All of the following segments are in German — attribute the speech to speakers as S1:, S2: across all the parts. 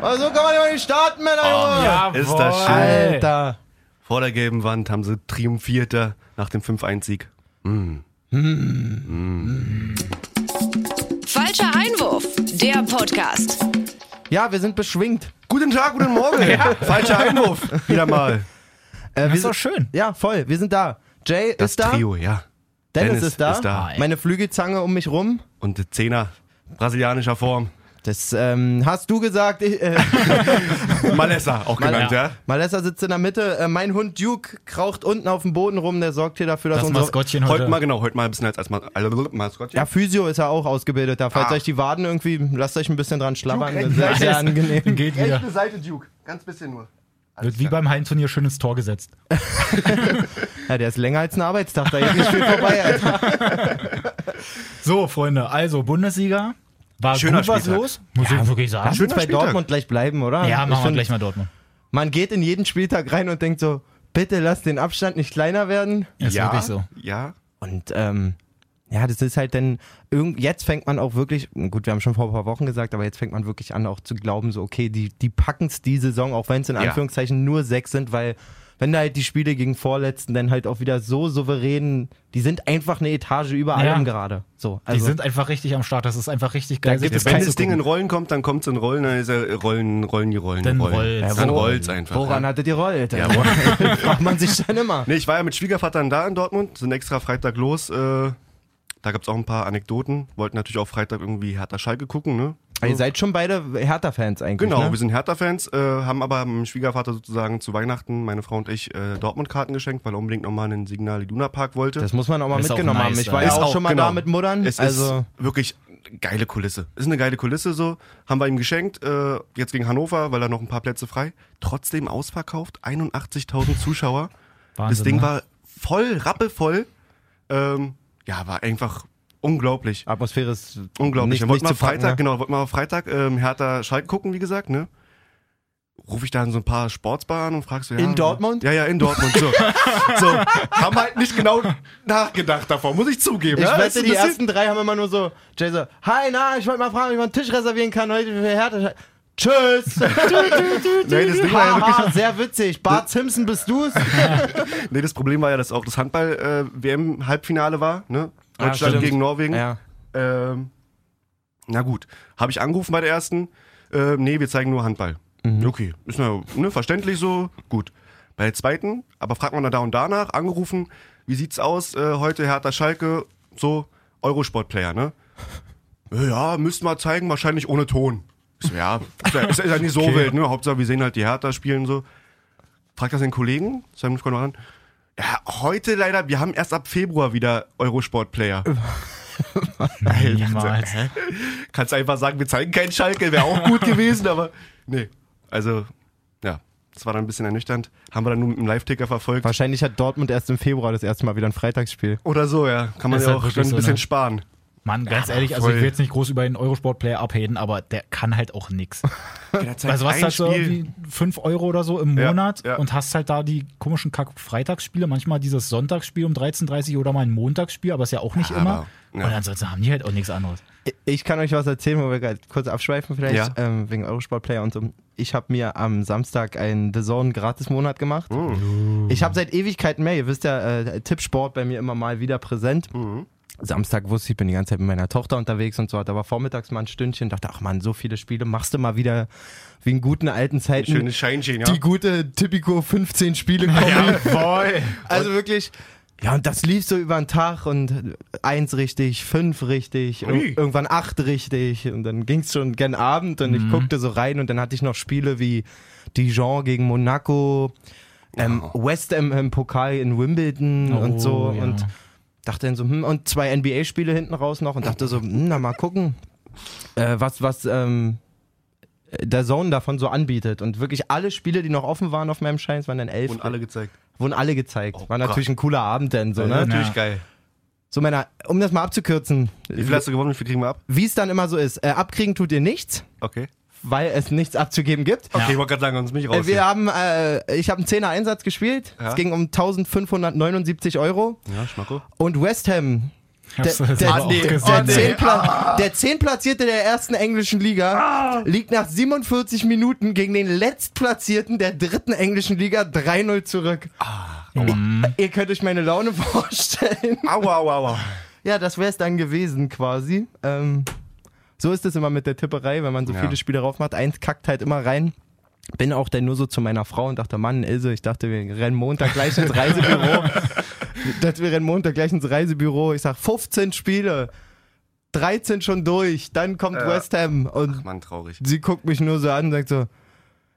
S1: Aber so kann man ja nicht starten, Männer, Junge.
S2: Ja,
S3: Ist das schön.
S1: Alter.
S3: Vor der gelben Wand haben sie triumphiert da nach dem 5-1-Sieg.
S4: Falscher Einwurf, der Podcast.
S1: Ja, wir sind beschwingt. Äh,
S3: Guten Tag, guten Morgen. Falscher Einwurf. Wieder mal.
S1: Äh, wir
S2: Das ist
S1: sind-
S2: doch schön.
S1: Ja, voll. Wir sind da. Jay
S3: Das
S1: ist da.
S3: Trio, ja.
S1: Dennis,
S3: Dennis
S1: ist da.
S3: ist da.
S1: Meine Flügelzange um mich rum.
S3: Und der Zehner brasilianischer Form.
S1: Das ähm, hast du gesagt. Ich, äh,
S3: Malessa auch genannt, ja.
S1: Malessa sitzt in der Mitte. Äh, mein Hund Duke kraucht unten auf dem Boden rum. Der sorgt hier dafür, dass
S2: Das
S1: unsere...
S2: Maskottchen heute.
S3: Heute mal, genau, heute mal ein bisschen als, als Mas- als Maskottchen.
S1: Ja, Physio ist ja auch ausgebildet. Da falls
S3: Ah.
S1: euch die Waden irgendwie... Lasst euch ein bisschen dran schlabbern.
S3: Duke,
S1: Das ist sehr angenehm.
S2: Geht wieder.
S3: Seite, Duke. Ganz bisschen nur.
S2: Wird wie beim Heimturnier schön ins Tor gesetzt.
S1: Ja, der ist länger als ein Arbeitstag. Da geht nicht viel vorbei. Alter.
S2: So, Freunde, also Bundesliga. War
S3: Schöner
S2: gut was
S3: Spieltag.
S2: los, muss ich wirklich sagen.
S1: Lass uns bei
S3: Spieltag.
S1: Dortmund gleich bleiben, oder?
S2: Ja,
S1: Ich
S2: machen wir
S1: find,
S2: gleich mal Dortmund.
S1: Man geht in jeden Spieltag rein und denkt so... Bitte lass den Abstand nicht kleiner werden.
S2: Ist
S3: ja,
S2: wirklich so.
S3: Ja.
S1: Und ähm, ja, das ist halt dann, irgend- jetzt fängt man auch wirklich, gut, wir haben schon vor ein paar Wochen gesagt, aber jetzt fängt man wirklich an auch zu glauben, so, okay, die, die packen es die Saison, auch wenn es in
S3: Ja.
S1: Anführungszeichen nur sechs sind, weil wenn da halt die Spiele gegen Vorletzten dann halt auch wieder so souverän, die sind einfach eine Etage über
S2: Ja.
S1: allem gerade. So,
S2: Die
S1: also,
S2: sind einfach richtig am Start. Das ist einfach richtig geil.
S1: Da gibt es
S3: Wenn
S1: kein-
S3: das Ding in Rollen kommt, dann kommt es in Rollen, dann ist er Rollen, Rollen, die Rollen,
S2: Dann
S3: Rollen.
S2: rollt's.
S3: Dann
S1: Ja, wo-
S3: rollt's einfach.
S1: woran
S3: ja.
S1: hattet ihr rollt?
S3: Ja,
S1: Fragt man sich dann immer.
S3: Nee, ich war ja mit Schwiegervatern da in Dortmund, sind extra Freitag los. Äh, da gab es auch ein paar Anekdoten. Wollten natürlich auch Freitag irgendwie Hertha Schalke gucken, ne?
S1: Ihr seid schon beide Hertha-Fans eigentlich.
S3: Genau,
S1: ne?
S3: wir sind Hertha-Fans, äh, haben aber meinem Schwiegervater sozusagen zu Weihnachten, meine Frau und ich, äh, Dortmund-Karten geschenkt, weil er unbedingt nochmal in den Signal Iduna Park wollte.
S1: Das muss man auch also. mal
S2: Ist auch
S1: mitgenommen haben.
S2: nice,
S1: Ich war
S2: ja.
S1: ja
S3: Ist
S1: auch,
S3: auch-
S1: schon mal
S3: genau.
S1: da mit Muddern.
S3: es
S1: also,
S3: ist wirklich eine geile Kulisse. Ist eine geile Kulisse so. Haben wir ihm geschenkt, äh, jetzt gegen Hannover, weil da noch ein paar Plätze frei. Trotzdem ausverkauft, 81.000 Zuschauer.
S2: Wahnsinn,
S3: das Ding
S2: ne?
S3: war voll, rappelvoll. Ähm, ja, war einfach unglaublich.
S1: Atmosphäre ist
S3: Unglaublich.
S1: Nicht,
S3: Dann
S1: nicht
S3: wollten wir
S1: zu
S3: Freitag,
S1: packen, ne?
S3: genau, wollten wir Freitag ähm, Hertha Schalke gucken, wie gesagt, ne? Ruf ich da in so ein paar Sportsbahnen und fragst du, ja,
S1: In Dortmund?
S3: Ja, ja, in Dortmund. So. so. Haben halt nicht genau nachgedacht davon, muss ich zugeben. ne?
S1: Ich
S3: ja? Ist
S1: wette,
S3: ein
S1: die
S3: bisschen-
S1: ersten drei haben immer nur so, Jay so, hi, na, ich wollte mal fragen, ob ich mal einen Tisch reservieren kann heute für Härte. Tschüss.
S3: Nee, das Ding war ja wirklich.
S1: Haha, sehr witzig. Bart Simpson bist du's?
S3: Nee, das Problem war ja, dass auch das Handball-WM-Halbfinale war, ne?
S1: Ah,
S3: Deutschland
S2: stimmt.
S3: gegen Norwegen. Ähm, na gut, habe ich angerufen bei der ersten. Äh, nee, wir zeigen nur Handball. Okay, ist na, ne, verständlich so, gut. Bei der zweiten, aber fragt man da und danach, angerufen, wie sieht's aus, äh, heute Hertha Schalke, so Eurosport-Player, ne? Äh, Ja, müssten wir zeigen, wahrscheinlich ohne Ton. Ich so, ja, ist ja, ist ja nicht so wild, ne? Hauptsache, wir sehen halt die Hertha spielen so. Fragt das den Kollegen, sagen wir an. Ja, heute leider, wir haben erst ab Februar wieder Eurosport-Player.
S2: Niemals.
S3: Kannst einfach sagen, wir zeigen keinen Schalke, wäre auch gut gewesen, aber nee. Also, ja, das war dann ein bisschen ernüchternd. Haben wir dann nur mit dem Live-Ticker verfolgt.
S1: Wahrscheinlich hat Dortmund erst im Februar das erste Mal wieder ein Freitagsspiel.
S3: Oder so, ja. Kann man
S2: Ist
S3: ja
S2: halt
S3: auch
S2: wirklich
S3: schon ein
S2: so,
S3: bisschen
S2: ne?
S3: sparen.
S2: Mann, ganz ehrlich, also ich
S3: voll.
S2: will jetzt nicht groß über den Eurosport-Player abheden, aber der kann halt auch nix. Also was
S3: ein
S2: hast du
S3: Spiel.
S2: irgendwie 5 Euro oder so im
S3: Ja,
S2: Monat
S3: ja.
S2: und hast halt da die komischen Kack-Freitagsspiele, manchmal dieses Sonntagsspiel um 13.30 Uhr oder mal ein Montagsspiel, aber ist ja auch nicht
S3: Ja,
S2: immer.
S3: aber, ja.
S2: Und ansonsten haben die halt auch nichts anderes.
S1: Ich kann euch was erzählen, wo wir gerade kurz abschweifen vielleicht,
S3: Ja.
S1: ähm, wegen Eurosport-Player und so. Ich habe mir am Samstag einen The Zone-Gratis-Monat gemacht.
S3: Oh.
S1: Ich habe seit Ewigkeiten mehr, ihr wisst ja, äh, Tippsport bei mir immer mal wieder präsent.
S3: Mhm.
S1: Samstag wusste ich, bin die ganze Zeit mit meiner Tochter unterwegs und so, hatte aber vormittags mal ein Stündchen, dachte, ach man, so viele Spiele, machst du mal wieder wie in guten alten Zeiten
S3: Schönes Scheinchen, ja.
S1: die gute Tipico 15 Spiele kommen.
S2: Voll.
S1: Also wirklich. Ja, und das lief so über den Tag und eins richtig, fünf richtig, ir-
S3: Ui.
S1: irgendwann acht richtig und dann ging's schon gern Abend und
S2: Mhm.
S1: ich guckte so rein und dann hatte ich noch Spiele wie Dijon gegen Monaco, ähm, West Ham im Pokal in Wimbledon
S2: Oh,
S1: und so
S2: ja.
S1: und dachte dann so, hm, und zwei NBA-Spiele hinten raus noch und dachte so, hm, na mal gucken, äh, was, was, ähm, der Zone davon so anbietet und wirklich alle Spiele, die noch offen waren auf meinem Schein, es waren dann elf
S3: Und alle gezeigt.
S1: wurden alle gezeigt. War
S3: Gott.
S1: natürlich ein cooler Abend denn so, ne?
S3: Natürlich
S2: Ja.
S3: geil.
S1: So Männer, um das mal abzukürzen,
S3: Wie viel hast du gewonnen? Wie viel kriegen wir ab?
S1: wie es dann immer so ist, äh, abkriegen tut ihr nichts,
S3: Okay.
S1: weil es nichts abzugeben gibt.
S3: Okay, ich wollte gerade sagen, uns mich raus.
S1: Äh, wir
S3: hier.
S1: haben, äh, ich habe einen Zehner Einsatz gespielt.
S3: Oh, Ja.
S1: Es ging um 1579 Euro.
S3: ja, Schmacko.
S1: Und West Ham
S2: hab's
S1: Der, der,
S2: selber auch
S1: der,
S2: gesehen.
S3: oh,
S1: der, Zehnpla der Zehnplatzierte der ersten englischen Liga liegt nach 47 Minuten gegen den Letztplatzierten der dritten englischen Liga 3-0 zurück. Ihr könnt euch meine Laune vorstellen.
S3: Aua, aua, aua.
S1: Ja, das wäre es dann gewesen quasi. Ähm, so ist es immer mit der Tipperei, wenn man so
S3: Ja.
S1: viele Spiele raufmacht. Eins kackt halt immer rein. Bin auch dann nur so zu meiner Frau und dachte, Mann, Ilse, ich dachte, wir rennen Montag gleich ins Reisebüro. dass wir rennen Montag gleich ins Reisebüro. Ich sag, 15 Spiele, 13 schon durch, dann kommt West Ham. Und
S3: Mann, traurig.
S1: sie guckt mich nur so an und sagt so,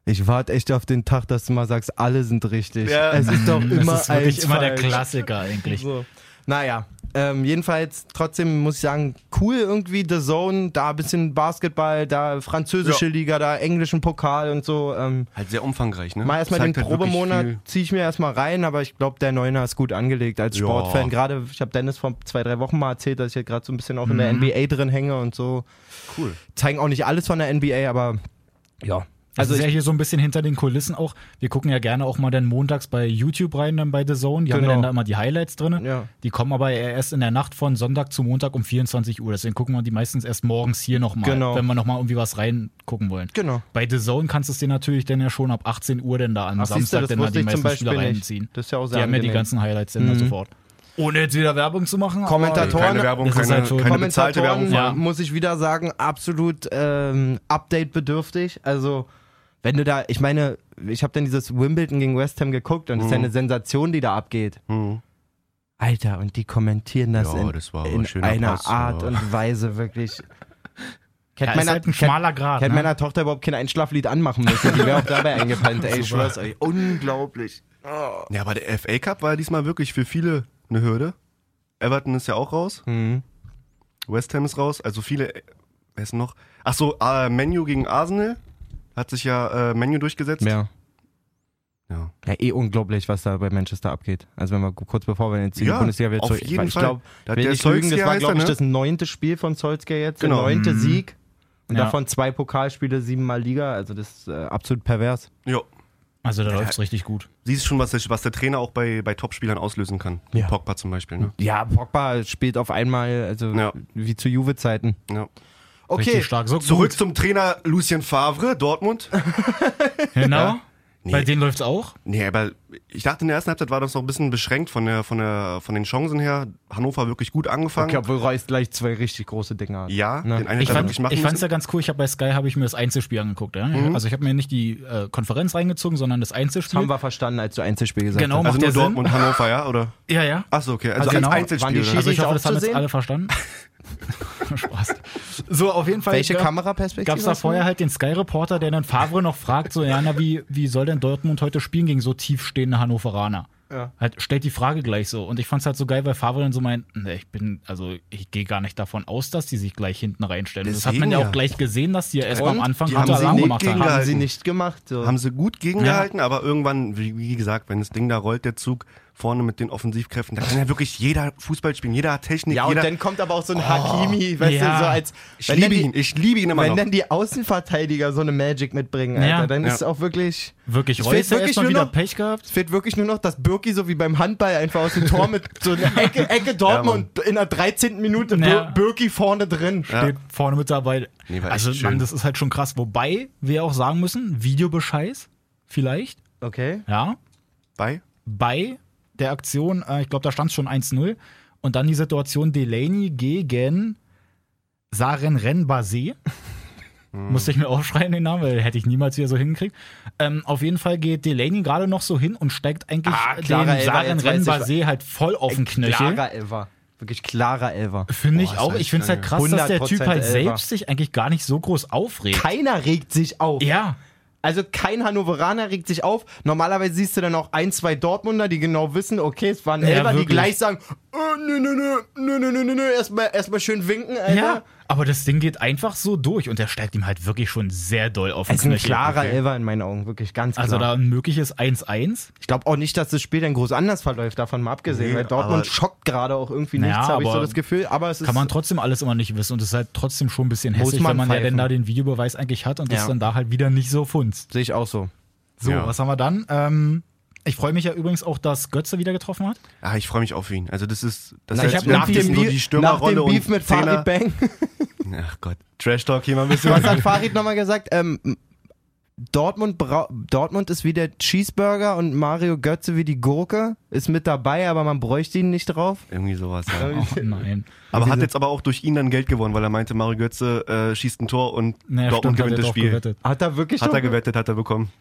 S1: ich warte echt auf den Tag, dass du mal sagst, alle sind richtig.
S3: Ja.
S1: Es ist doch immer,
S2: Das ist wirklich
S1: eins
S2: immer der
S1: falsch.
S2: Klassiker eigentlich.
S1: So. Naja, ähm, jedenfalls trotzdem muss ich sagen, cool irgendwie The Zone, da ein bisschen Basketball, da französische Liga, da englischen Pokal und so. Ähm,
S3: Halt sehr umfangreich, ne?
S1: mal erstmal den
S3: Zeigt halt wirklich
S1: Probemonat
S3: viel.
S1: ziehe ich mir erstmal rein, aber ich glaube, der Neuner ist gut angelegt als
S3: Ja.
S1: Sportfan. Gerade, ich habe Dennis vor zwei, drei Wochen mal erzählt, dass ich jetzt gerade so ein bisschen auch in der
S2: Mhm.
S1: NBA drin hänge und so.
S3: Cool.
S1: Zeigen auch nicht alles von der NBA, aber ja. Also
S2: Also ist ja
S1: ich,
S2: hier so ein bisschen hinter den Kulissen auch. Wir gucken ja gerne auch mal dann montags bei YouTube rein, dann bei The Zone. Die haben
S1: Genau.
S2: ja dann da immer die Highlights drin.
S1: Ja.
S2: Die kommen aber erst in der Nacht von Sonntag zu Montag um 24 Uhr. Deswegen gucken wir die meistens erst morgens hier nochmal,
S1: Genau.
S2: wenn wir nochmal irgendwie was reingucken wollen.
S1: genau.
S2: Bei The Zone kannst du es dir natürlich dann ja schon ab 18 Uhr denn da am
S1: Ach, siehst du,
S2: Samstag
S1: das
S2: denn da
S1: wusste
S2: die
S1: ich zum
S2: meisten Spieler
S1: Beispiel nicht.
S2: reinziehen.
S1: Das ist ja auch
S2: Die
S1: sehr
S2: haben ja die
S1: angenehm. Mhm.
S2: ganzen Highlights dann da sofort. Ohne jetzt wieder Werbung zu machen. aber-
S1: Kommentatoren-
S3: Keine Werbung,
S2: Das ist
S3: keine,
S2: halt schon-
S3: keine bezahlte Werbung.
S1: Kommentatoren,
S2: von- Ja.
S1: muss ich wieder sagen, absolut ähm, update-bedürftig. Also, wenn du da, ich meine, ich habe dann dieses Wimbledon gegen West Ham geguckt und es ist ja eine Sensation, die da abgeht.
S3: Mhm.
S1: Alter, und die kommentieren das
S3: Ja,
S1: in,
S3: das war aber ein
S1: in
S3: schöner
S1: einer
S3: Pass,
S1: Art
S3: aber-
S1: und Weise wirklich. Kennt
S2: Ja, ist halt ein
S1: kennt,
S2: schmaler Grad.
S1: kennt
S2: Ne?
S1: meiner Tochter überhaupt kein Einschlaflied anmachen müssen. Die wäre auch dabei eingepennt, ey, ich schwör's euch.
S2: Oh.
S1: Unglaublich.
S3: Ja, aber der FA Cup war ja diesmal wirklich für viele eine Hürde. Everton ist ja auch raus.
S2: Hm.
S1: Mhm.
S3: West Ham ist raus. Also viele. äh, Wer ist denn noch? Ach so, äh, Menu gegen Arsenal. Hat sich ja äh, Menu durchgesetzt.
S1: Ja.
S3: Ja.
S1: Ja, eh unglaublich, was da bei Manchester abgeht. Also wenn wir kurz bevor wir jetzt in die
S3: Ja,
S1: Bundesliga wieder
S3: auf
S1: zurück.
S3: jeden
S1: ich
S3: Fall.
S1: glaube,
S3: Da hat
S1: will
S3: der
S1: nicht lügen, das
S3: Solskjaer
S1: war
S3: heißt
S1: glaube
S3: er,
S1: ich
S3: ne?
S1: das neunte Spiel von Solskjaer jetzt,
S3: Genau.
S1: der neunte
S2: Mhm.
S1: Sieg. Und
S2: Ja.
S1: davon zwei Pokalspiele, siebenmal Liga. Also das ist äh, absolut pervers.
S3: Ja.
S2: Also da läuft's richtig gut.
S3: Siehst schon, was der, was der Trainer auch bei, bei Topspielern auslösen kann.
S1: Ja.
S3: Pogba zum Beispiel. Ne?
S1: Ja, Pogba spielt auf einmal, also
S3: Ja.
S1: wie zu Juve-Zeiten.
S3: Ja.
S1: Okay,
S2: Richtig stark. So
S3: Zurück
S2: Gut.
S3: zum Trainer Lucien Favre, Dortmund.
S2: Genau.
S3: Nee.
S2: Bei denen läuft's auch.
S3: Nee, aber ich dachte, in der ersten Halbzeit war das noch ein bisschen beschränkt von, der, von, der, von den Chancen her. Hannover wirklich gut angefangen.
S1: okay, obwohl Reus gleich zwei richtig große Dinger hat.
S3: Ja,
S1: Ne?
S3: den einen
S2: Ich,
S3: hätte er
S2: fand,
S3: wirklich machen
S2: ich fand's ja
S3: müssen.
S2: ganz cool. Ich habe bei Sky habe ich mir das Einzelspiel angeguckt. Ja? Also ich habe mir nicht die äh, Konferenz reingezogen, sondern das
S1: Das haben
S2: Einzelspiel.
S1: wir verstanden, als du Einzelspiel gesagt
S2: Genau.
S1: hast.
S3: Also
S2: Macht
S3: nur
S2: der Sinn?
S3: Dortmund, Hannover, ja? Oder?
S2: Ja, ja.
S3: Ach so, okay. Also,
S2: Also
S3: als
S2: genau,
S1: Ah, waren die
S3: Einzelspiel. oder?
S1: Schiri-
S2: Also ich
S1: Richtig
S2: hoffe, das haben jetzt
S1: aufzusehen?
S2: alle verstanden. Spaß. So, auf jeden Fall.
S1: Welche
S2: gab-
S1: Kameraperspektive?
S2: Gab's da
S1: hast du?
S2: vorher halt den Sky-Reporter, der dann Favre noch fragt, so, ja, na, wie, wie soll denn Dortmund heute spielen gegen so tiefstehende Hannoveraner?
S1: Ja.
S2: Halt, stellt die Frage gleich so. Und ich fand's halt so geil, weil Favre dann so meint, ne, ich bin, also ich gehe gar nicht davon aus, dass die sich gleich hinten reinstellen. das hat
S3: Deswegen
S2: man ja
S3: ja.
S2: auch gleich gesehen, dass die ja erstmal am
S1: Und?
S2: Anfang
S3: Die
S2: harte
S3: haben sie
S2: Alarm
S3: nicht
S2: gemacht
S3: gegen-
S2: haben.
S1: Haben
S3: gehalten.
S1: sie nicht gemacht. So.
S3: Haben sie gut gegengehalten, aber irgendwann, wie, wie gesagt, wenn das Ding da rollt, der Zug vorne mit den Offensivkräften, da kann ja wirklich jeder Fußball spielen, jeder hat Technik,
S1: ja, und
S3: jeder.
S1: dann kommt aber auch so ein Hakimi, weißt
S2: ja.
S1: du, so als...
S3: Oh, ich
S1: wenn dann
S3: liebe
S1: die-
S3: ihn, ich liebe ihn immer
S1: Wenn
S3: noch.
S1: dann die Außenverteidiger so eine Magic mitbringen, Alter,
S2: Ja.
S1: dann
S3: Ja.
S1: ist auch wirklich.
S2: Wirklich,
S1: Es
S2: Reus
S1: fehlt
S2: hat
S1: wirklich
S2: erstmal
S1: nur
S2: wieder
S1: noch-
S2: Pech gehabt.
S1: Es fehlt wirklich nur noch, dass Birki so wie beim Handball einfach aus dem Tor mit so einer Ecke, Ecke Dortmund in der 13. Minute Bir
S2: Ja.
S1: Birki vorne drin.
S3: Ja.
S2: Steht vorne mit dabei.
S3: Nee, war echt
S2: also,
S3: schön.
S2: Mann, das ist halt schon krass. Wobei wir auch sagen müssen, Videobescheiß, vielleicht,
S1: Okay.
S2: ja,
S3: Bei?
S2: bei der Aktion, äh, ich glaube, da stand es schon 1-0. Und dann die Situation Delaney gegen Saren Renbase.
S1: Hm.
S2: Musste ich mir aufschreien den Namen, weil hätte ich niemals wieder so hingekriegt. Ähm, auf jeden Fall geht Delaney gerade noch so hin und steigt eigentlich
S1: Ah,
S2: den
S1: klarer Elfer,
S2: Saren
S1: jetzt weiß ich, Äh,
S2: Renbase halt voll auf den Knöchel.
S1: Klarer Elfer. Wirklich klarer Elfer.
S2: Finde ich
S3: Boah,
S2: auch.
S3: ist
S2: Ich finde es halt
S3: echt
S2: krass, dass der Typ
S1: 100%
S2: halt
S1: Elfer.
S2: selbst sich eigentlich gar nicht so groß aufregt.
S1: Keiner regt sich auf.
S2: Ja,
S1: Also kein Hannoveraner regt sich auf. Normalerweise siehst du dann auch ein, zwei Dortmunder, die genau wissen, okay, es waren
S2: Ja,
S1: Elfer, die
S2: wirklich.
S1: gleich sagen, äh, nö, nö, nö, nö, nö, nö, nö, nö, erstmal erstmal schön winken, Alter.
S2: ja. Aber das Ding geht einfach so durch und der steigt ihm halt wirklich schon sehr doll auf den
S1: Es ist ein
S2: Knöchel.
S1: klarer Elfer in meinen Augen, wirklich ganz klar.
S2: Also da ein mögliches 1-1.
S1: Ich glaube auch nicht, dass das Spiel dann groß anders verläuft, davon mal abgesehen,
S3: Nee,
S1: weil Dortmund
S3: aber-
S1: schockt gerade auch irgendwie
S2: Naja,
S1: nichts, habe ich so
S2: aber
S1: das Gefühl. Aber es ist.
S2: Kann man trotzdem alles immer nicht wissen und es ist halt trotzdem schon ein bisschen
S1: Muss
S2: hässlich,
S1: man
S2: wenn man ja
S1: pfeifen.
S2: denn da den Videobeweis eigentlich hat und das
S1: Ja.
S2: dann da halt wieder nicht so funzt.
S1: sehe ich auch so.
S2: So,
S3: Ja.
S2: was haben wir dann? Ähm, Ich freue mich ja übrigens auch, dass Götze wieder getroffen hat.
S3: Ah, ich freue mich auf ihn. Also das ist, das
S1: Na,
S3: ist
S1: ich
S3: jetzt
S1: hab nach
S3: wieder ein
S1: dem,
S3: bisschen so die
S1: Beef, nach
S3: Stürmerrolle
S1: dem Beef
S3: und
S1: mit Farid
S3: Zehner.
S1: Bang.
S3: Ach Gott, Trash Talk hier mal ein bisschen.
S1: Was hat halt Farid nochmal gesagt? Ähm, Dortmund, brau- Dortmund ist wie der Cheeseburger und Mario Götze wie die Gurke. Ist mit dabei, aber man bräuchte ihn nicht drauf.
S3: Irgendwie sowas. Ja.
S2: Oh nein.
S3: Aber hat jetzt aber auch durch ihn dann Geld gewonnen, weil er meinte, Mario Götze äh, schießt ein Tor und
S2: Naja,
S3: Dortmund
S2: stimmt, hat
S3: gewinnt
S2: er
S3: das
S2: drauf
S3: Spiel.
S2: gewettet.
S1: Hat er wirklich
S3: Hat
S1: drauf
S3: er gewettet, hat er bekommen.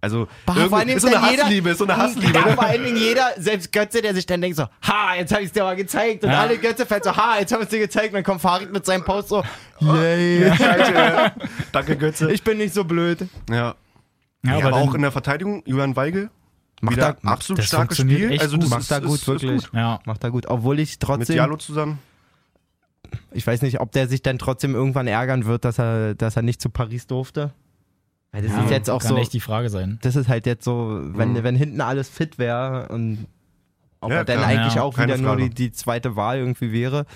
S3: Also,
S1: Bah,
S3: irgendwie-
S1: vor allem
S3: ist so eine
S1: dann jeder-
S3: Hassliebe, ist so eine Hassliebe.
S1: Ja,
S3: ne?
S1: vor allen Dingen jeder, selbst Götze, der sich dann denkt so, ha, jetzt habe ich es dir mal gezeigt. Und
S2: Ja.
S1: alle Götze-Fans so, ha, jetzt haben wir es dir gezeigt. Und dann kommt Farid mit seinem Post so, yay,
S3: Scheiße, ja. Danke, Götze.
S1: ich bin nicht so blöd.
S3: ja.
S2: Ja,
S3: Ja,
S2: aber
S3: aber
S2: dann-
S3: auch in der Verteidigung, Julian Weigel,
S1: Macht
S3: wieder
S1: er-
S3: absolut
S2: das
S3: starkes
S2: funktioniert
S3: Spiel.
S2: echt
S3: Also
S2: gut.
S3: das
S1: Macht
S3: ist,
S1: er gut,
S3: ist, ist
S1: wirklich.
S3: Gut.
S2: Ja.
S1: Macht er gut. Obwohl ich
S3: Mit
S1: trotzdem,
S3: Diallo zusammen.
S1: ich weiß nicht, ob der sich dann trotzdem irgendwann ärgern wird, dass er, dass er nicht zu Paris durfte. Weil das
S2: Ja,
S1: ist jetzt auch
S2: kann
S1: so,
S2: echt die Frage sein.
S1: das ist halt jetzt so, wenn,
S3: Mhm.
S1: wenn hinten alles fit wäre und ob
S3: Ja,
S1: er dann
S3: klar.
S1: eigentlich
S2: Ja,
S1: auch
S3: keine
S1: wieder nur
S3: Frage.
S1: die, die zweite Wahl irgendwie wäre.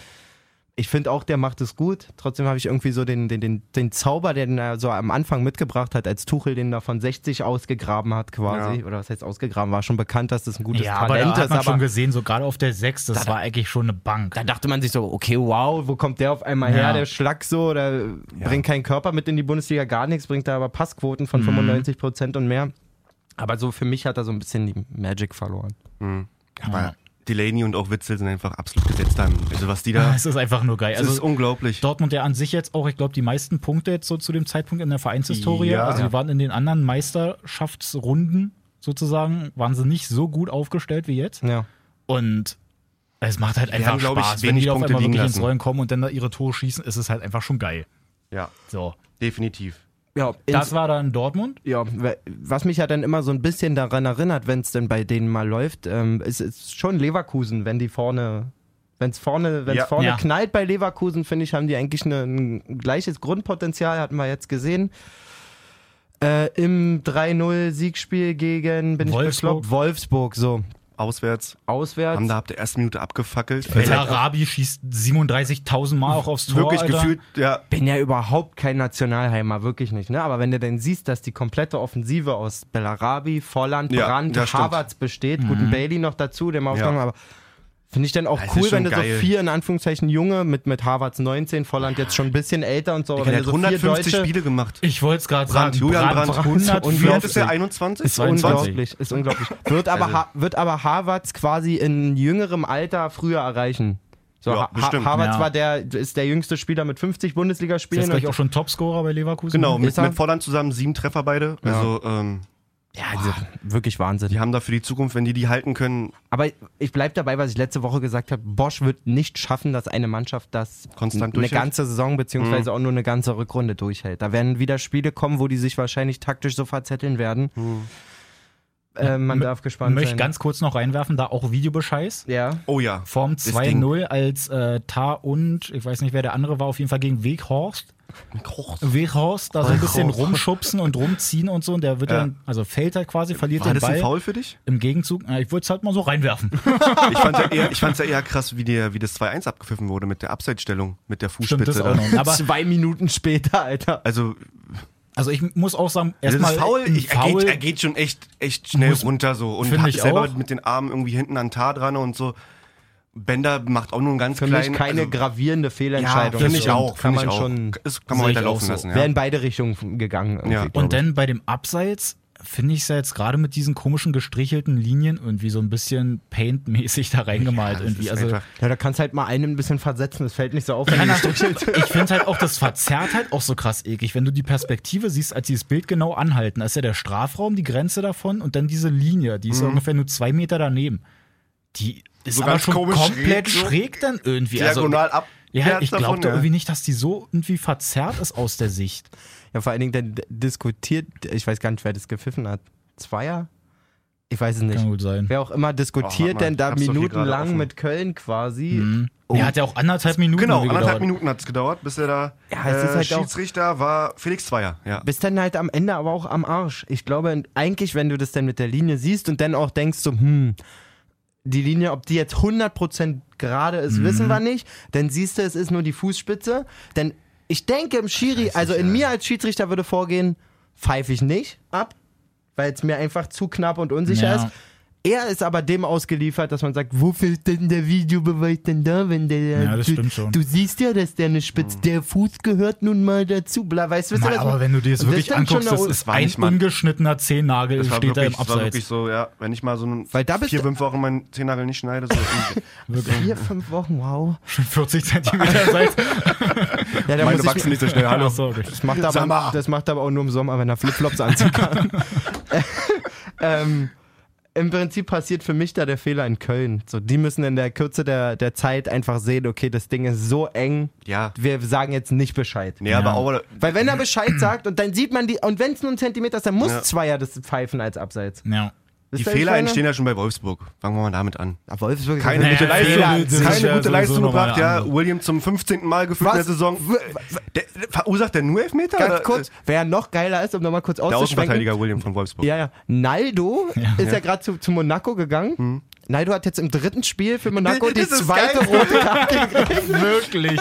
S1: Ich finde auch, der macht es gut. Trotzdem habe ich irgendwie so den, den, den, den Zauber, den er so am Anfang mitgebracht hat, als Tuchel den da von 60 ausgegraben hat quasi.
S3: Ja.
S1: Oder was heißt ausgegraben? War schon bekannt, dass das ein gutes
S2: Ja, aber
S1: Talent
S2: da hat
S1: ist.
S2: man schon
S1: aber
S2: gesehen, so gerade auf der 6, das war eigentlich schon eine Bank.
S1: da dachte man sich so, okay, wow, wo kommt der auf einmal
S2: Ja.
S1: her? Der Schlag so, der bringt keinen Körper mit in die Bundesliga, gar nichts, bringt da aber Passquoten von 95 Prozent und mehr. Aber so für mich hat er so ein bisschen die Magic verloren.
S3: Aber Delaney und auch Witzel sind einfach absolut gesetzt haben. Also was die da,
S2: Es ist einfach nur geil.
S3: das ist
S2: Also
S3: unglaublich.
S2: Dortmund ja an sich jetzt auch, ich glaube, die meisten Punkte jetzt so zu dem Zeitpunkt in der Vereinshistorie.
S3: Ja.
S2: Also die waren in den anderen Meisterschaftsrunden sozusagen, waren sie nicht so gut aufgestellt wie jetzt.
S1: Ja.
S2: Und es macht halt einfach
S3: haben, glaub ich,
S2: Spaß. Wenn
S3: wenig
S2: die da auf
S3: Punkte
S2: einmal
S3: liegen
S2: wirklich ins
S3: lassen.
S2: Rollen kommen und dann da ihre Tore schießen, ist es halt einfach schon geil.
S3: Ja,
S2: So.
S3: definitiv.
S1: Ja,
S2: Das war dann Dortmund.
S1: ja, wa- was mich ja dann immer so ein bisschen daran erinnert, wenn es denn bei denen mal läuft, ähm, ist, ist schon Leverkusen, wenn die vorne, wenn es vorne, wenn's
S3: Ja.
S1: vorne
S2: Ja.
S1: knallt bei Leverkusen, finde ich, haben die eigentlich ne- ein gleiches Grundpotenzial, hatten wir jetzt gesehen. Äh, Im 3-0-Siegspiel gegen bin
S2: Wolfsburg.
S1: Ich bekloppt? Wolfsburg, so
S3: Auswärts
S1: auswärts.
S3: haben da ab der ersten Minute abgefackelt.
S2: El Arabi schießt 37.000 Mal auch aufs Tor.
S3: wirklich
S2: Alter.
S3: gefühlt, ja,
S1: bin ja überhaupt kein Nationalheimer, wirklich nicht. Ne? Aber wenn du dann siehst, dass die komplette Offensive aus Bellarabi, Volland,
S3: Ja,
S1: Brandt,
S3: das stimmt.
S1: Havertz besteht, guten Bailey noch dazu, der mal
S3: Ja.
S1: aufgegangen aber finde ich dann auch
S3: Das ist
S1: cool,
S3: schon
S1: wenn du
S3: geil.
S1: so vier, in Anführungszeichen, Junge mit, mit Havertz 19, Volland jetzt schon ein bisschen älter und so, aber
S3: der
S1: wenn
S3: hat
S1: du so vier
S3: 150
S1: Deutsche...
S3: Spiele gemacht.
S2: Ich wollte es gerade sagen.
S3: Brandt, Julian Brandt,
S1: und
S3: Wie alt ist der?
S2: 140.
S3: 21?
S1: Ist
S2: 22.
S1: unglaublich, ist unglaublich. Wird aber,
S3: Also-
S1: Ha- wird aber Harvards quasi in jüngerem Alter früher erreichen. So,
S3: Ja,
S1: ha
S3: bestimmt.
S1: Harvards
S2: Ja.
S1: war der, ist der jüngste Spieler mit 50
S2: Ist jetzt
S1: Bundesligaspielen.
S2: glaub ich
S1: und-
S2: auch schon Topscorer bei Leverkusen.
S3: Genau, mit,
S1: Ist er-
S3: mit Volland zusammen sieben Treffer beide. Also ähm,
S1: Ja, also, wirklich Wahnsinn.
S3: die haben da für die Zukunft, wenn die die halten können,
S1: Aber ich bleibe dabei, was ich letzte Woche gesagt habe. Bosch wird nicht schaffen, dass eine Mannschaft das
S3: Konstant
S1: eine
S3: durchhält? Mhm.
S1: ganze Saison beziehungsweise auch nur eine ganze Rückrunde durchhält. Da werden wieder Spiele kommen, wo die sich wahrscheinlich taktisch so verzetteln werden.
S3: Mhm.
S1: Äh, man darf
S2: Ich
S1: gespannt
S2: möchte
S1: sein.
S2: ganz kurz noch reinwerfen, da auch Videobescheiß.
S1: ja.
S3: oh ja.
S2: Form
S3: Ding.
S2: 2-0 als äh, Tar und, ich weiß nicht, wer der andere war, auf jeden Fall gegen Weghorst. Weghorst da so ein bisschen rumschubsen und rumziehen und so. Und der wird
S3: Ja.
S2: dann, also fällt halt quasi, verliert
S3: War
S2: den
S3: das ein
S2: Ball.
S3: Foul für dich?
S2: Im Gegenzug, na, ich würde es halt mal so reinwerfen.
S3: Ich fand's ja eher, ich fand's ja eher krass, wie, der, wie das 2-1 abgepfiffen wurde mit der Abseitsstellung, mit der Fußspitze.
S2: Stimmt das
S3: da.
S2: auch noch. Aber
S1: Zwei Minuten später, Alter.
S3: Also,
S2: also ich muss auch sagen,
S3: das
S2: erstmal
S3: ist faul. Ich, er,
S2: faul
S3: geht, er geht schon echt, echt schnell
S2: Muss-
S3: runter so und
S2: Find
S3: hat
S2: ich
S3: selber
S2: auch.
S3: mit den Armen irgendwie hinten an Tar dran und so. Bender macht auch nur einen ganz
S1: Für
S3: kleinen.
S1: mich keine
S3: also,
S1: gravierende Fehlentscheidung.
S3: Ja, finde ich
S1: Stimmt.
S3: auch.
S1: Kann
S3: find
S1: man
S3: ich auch.
S1: schon.
S3: Das kann man
S2: Sehe ich auch
S3: weiterlaufen
S2: so.
S3: lassen.
S1: Wäre
S3: Ja.
S1: in beide Richtungen gegangen. irgendwie,
S3: Ja.
S1: glaub
S2: Und
S1: ich.
S2: dann bei dem Abseits finde ich es ja jetzt gerade mit diesen komischen gestrichelten Linien irgendwie so ein bisschen paintmäßig da reingemalt.
S3: Das
S2: irgendwie.
S3: ist
S2: Also,
S3: einfach-
S1: ja, da kannst halt mal einen ein bisschen versetzen. Das fällt nicht so auf, wenn die gestrichelt
S2: ich finde halt auch, das verzerrt halt auch so krass eklig, wenn du die Perspektive siehst, als sie das Bild genau anhalten. Da ist ja der Strafraum, die Grenze davon und dann diese Linie, die ist ja ungefähr nur zwei Meter daneben. Die
S3: Mhm.
S2: ist
S3: So
S2: aber
S3: ganz
S2: schon
S3: komisch schräg
S2: komplett
S3: so.
S2: schräg dann irgendwie. Also,
S3: Diagonal ab.
S2: ja, ich
S3: davon, äh,
S2: glaube
S3: ja.
S2: irgendwie nicht, dass die so irgendwie verzerrt ist aus der Sicht.
S1: Ja, vor allen Dingen dann d- diskutiert, ich weiß gar nicht, wer das gepfiffen hat. Zweier? Ich weiß es nicht.
S2: Kann gut sein.
S1: Wer auch immer
S3: Oh,
S1: diskutiert
S3: warte mal,
S1: denn da
S3: ich hab's doch hier gerade
S1: minutenlang
S3: offen. Mhm.
S1: mit Köln quasi.
S2: Der hat ja auch anderthalb Minuten.
S3: Genau,
S2: irgendwie
S3: anderthalb
S2: gedauert.
S3: Minuten hat es gedauert, bis er da.
S1: Ja, es ist
S3: äh,
S1: halt auch-
S3: Schiedsrichter war Felix Zweier. Ja.
S1: Bist dann halt am Ende aber auch am Arsch. Ich glaube, eigentlich, wenn du das dann mit der Linie siehst und dann auch denkst so, hm, die Linie, ob die jetzt 100% gerade
S2: Mhm.
S1: ist, wissen wir nicht. Dann siehst du, es ist nur die Fußspitze. Denn ich denke im Schiri, also in mir als Schiedsrichter würde vorgehen, pfeife ich nicht ab, weil es mir einfach zu knapp und unsicher
S2: Ja.
S1: ist. Er ist aber dem ausgeliefert, dass man sagt, wo fehlt denn der Videobeweis denn da, wenn der
S2: Ja, das
S1: du,
S2: stimmt schon. Mhm.
S1: du siehst ja, dass der eine Spitze, der Fuß gehört nun mal dazu, bla, weißt du, wisst ihr,
S2: Mal,
S1: was-
S2: aber wenn du dir das
S1: Und
S2: wirklich
S1: dann schon
S2: anguckst, das
S1: eine-
S2: ist
S3: war
S2: ein
S3: nicht mal-
S2: ungeschnittener Zehennagel,
S3: Das war,
S2: steht da
S3: wirklich,
S2: im
S3: das war wirklich
S2: Abseits.
S3: so, ja, wenn ich mal so einen
S1: Weil da bist
S3: vier,
S1: du-
S3: fünf Wochen meinen Zehennagel nicht schneide, so
S1: Vier, fünf Wochen, wow.
S2: Schon 40 Zentimeter Seits.
S1: Ja, da
S3: meine
S1: muss ich,
S3: wachsen nicht so schnell. Hallo.
S2: Ach so, okay.
S1: das, macht
S3: Sag mal.
S1: aber, das macht aber auch nur im Sommer, wenn er Flipflops anziehen kann. ähm, Im Prinzip passiert für mich da der Fehler in Köln. So, die müssen in der Kürze der, der Zeit einfach sehen, okay, das Ding ist so eng,
S3: Ja.
S1: wir sagen jetzt nicht Bescheid.
S3: Nee, aber auch.
S1: Weil wenn er Bescheid sagt und dann sieht man die, und wenn es nur ein Zentimeter ist, dann muss
S3: Ja.
S1: Zweier das pfeifen als Abseits.
S2: Ja.
S3: Die
S1: Wisst ihr, was ich
S3: Fehler
S1: meine?
S3: entstehen ja schon bei Wolfsburg. Fangen wir mal damit an.
S1: Ja, Wolfsburg Ah, ist
S3: Keine
S1: ja
S3: gute
S1: wirklich- Also
S3: Leistung,
S1: Fehler
S2: das ist
S1: sind-
S3: keine
S2: ja
S3: gute
S2: sowieso
S3: Leistung
S2: nochmal
S3: gebracht,
S2: eine
S3: ja.
S2: andere.
S3: William zum 15. Mal gefühlt in der
S1: Was?
S3: Saison.
S1: W-
S3: Der, der verursacht der nur Elfmeter?
S1: Ganz
S3: oder?
S1: kurz, wer noch geiler ist, um nochmal kurz
S3: Der
S1: auszuschwenken,
S3: Außenverteidiger William von Wolfsburg.
S1: Ja, ja. Naldo ist ja Hm. gerade zu, zu Monaco gegangen. Naldo hat jetzt im dritten Spiel für Monaco die
S3: Das ist
S1: zweite
S3: geil.
S1: rote Karte gekriegt.
S2: Wirklich.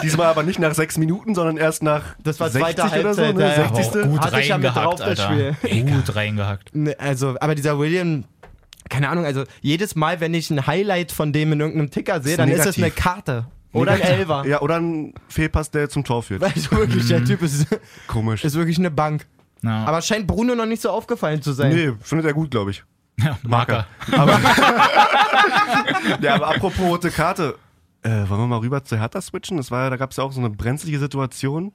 S3: Diesmal aber nicht nach sechs Minuten, sondern erst nach
S1: Das war
S3: 60
S1: zweite
S3: oder so.
S1: Halbzeit,
S3: Ne?
S1: ja, Oh, ja.
S3: 60.
S1: Auch
S2: Gut
S1: Hatte ich ja mit
S2: reingehackt,
S1: drauf, das
S2: Alter. Gut reingehackt.
S1: Ne, Also, aber dieser William, keine Ahnung, also jedes Mal, wenn ich ein Highlight von dem in irgendeinem Ticker sehe,
S3: Ist
S1: dann ist es
S3: negativ.
S1: eine Karte. Oder ein Elfer.
S3: Ja, oder ein Fehlpass, der zum Tor führt.
S1: Also wirklich, der Typ ist,
S3: Komisch.
S1: ist wirklich eine Bank.
S2: Ja.
S1: Aber scheint Bruno noch nicht so aufgefallen zu sein.
S3: Nee, findet er gut, glaube ich.
S2: Ja, Marker.
S3: Ja, aber apropos rote Karte. Äh, wollen wir mal rüber zu Hertha switchen? Das war, ja- da gab es ja auch so eine brenzlige Situation.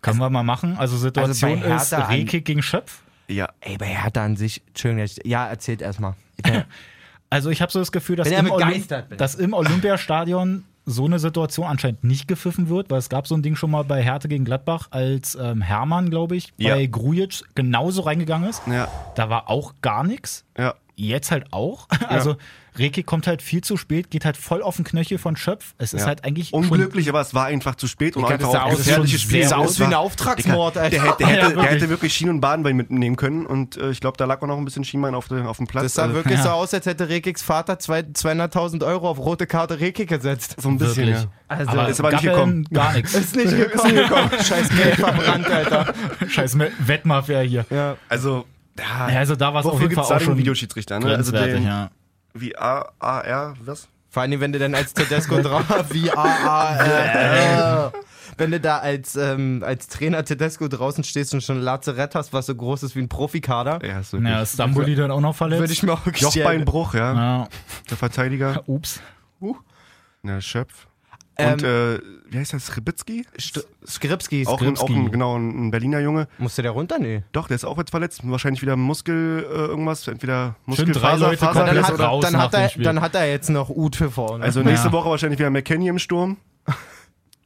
S2: Können wir mal machen. Also Situation
S1: Also bei
S2: ist
S1: Hertha an-
S2: Rekik gegen Schöpf.
S3: Ja.
S1: Ey, bei Hertha an sich, Entschuldigung, ja, erzählt erstmal.
S2: Also ich habe so das Gefühl, dass
S1: Wenn er
S2: im,
S1: begeistert bin.
S2: dass im Olympiastadion so eine Situation anscheinend nicht gepfiffen wird, weil es gab so ein Ding schon mal bei Hertha gegen Gladbach, als ähm, Hermann, glaube ich,
S3: Ja.
S2: bei Grujic genauso reingegangen ist.
S3: Ja.
S2: Da war auch gar nichts.
S3: Ja.
S2: Jetzt halt auch. Also Reki kommt halt viel zu spät, geht halt voll auf den Knöchel von Schöpf. Es ist
S3: ja.
S2: halt eigentlich
S3: Unglücklich, aber es war einfach zu spät und
S1: Digga,
S3: einfach
S1: das sah
S3: auch
S1: aus-
S3: gefährliches
S2: schon
S3: Spiel.
S2: sehr
S3: Es war-
S1: aus wie ein Auftragsmord,
S3: Digga, Der
S1: Alter.
S3: hätte, der hätte,
S2: Ja,
S3: der
S2: wirklich.
S3: hätte wirklich Schienen und Bahnbein mitnehmen können und äh, ich glaube, da lag auch noch ein bisschen Schienbein auf, der- auf dem Platz.
S1: Das sah
S3: Also,
S1: wirklich so aus, als hätte Rekiks Vater zwei- 200.000 Euro auf rote Karte Rekik gesetzt.
S3: so ein
S2: schon
S3: bisschen.
S2: wirklich.
S3: Ja.
S1: Also,
S2: aber
S3: ist aber nicht
S2: Gabbeln,
S3: gekommen.
S2: Gar nichts.
S1: Ist nicht gekommen. Scheiß Geld verbrannt, Alter.
S2: Scheiß Me- Wettmafia hier.
S1: Ja.
S3: Also, ja,
S2: Ja, also da war es auf
S3: wofür
S2: jeden
S3: gibt es
S2: Fall
S3: da
S2: auch
S3: den
S2: schon
S3: Videoschiedsrichter? Ne? Also
S2: grenzwertig,
S3: den
S2: ja.
S3: wie A- AR, was?
S1: Vor allem, wenn du dann als Tedesco drauf, wie AAR, äh, wenn du da als, ähm, als Trainer Tedesco draußen stehst und schon ein Lazarett hast, was so groß ist wie ein Profikader,
S3: Ja, ist
S2: Ja,
S3: wirklich.
S2: Stamboli dann auch noch
S1: würde
S2: verletzt.
S1: ich mir auch stellen.
S3: Jochbeinbruch, ja.
S2: Ja.
S3: Der Verteidiger,
S2: Ups.
S3: der Schöpf.
S1: Ähm,
S3: und äh, wie heißt der? Sribitzki?
S1: St- Skripski,
S3: äh, Auch, ein, auch
S2: Skripski.
S3: ein, genau, ein Berliner Junge.
S1: musste der runter? Nee.
S3: Doch, der ist auch jetzt verletzt. Wahrscheinlich wieder Muskel, äh, irgendwas. Entweder
S2: Schön, drei
S3: Muskelfaser,
S2: Leute kommen
S1: Dann
S2: Alles
S3: Faserriss
S1: hat,
S3: oder.
S2: raus
S1: dann,
S2: nach
S1: hat
S2: dem
S1: er,
S2: Spiel.
S1: dann hat er jetzt noch Ute vorne.
S3: Also nächste
S2: Ja.
S3: Woche wahrscheinlich wieder McKenny im Sturm.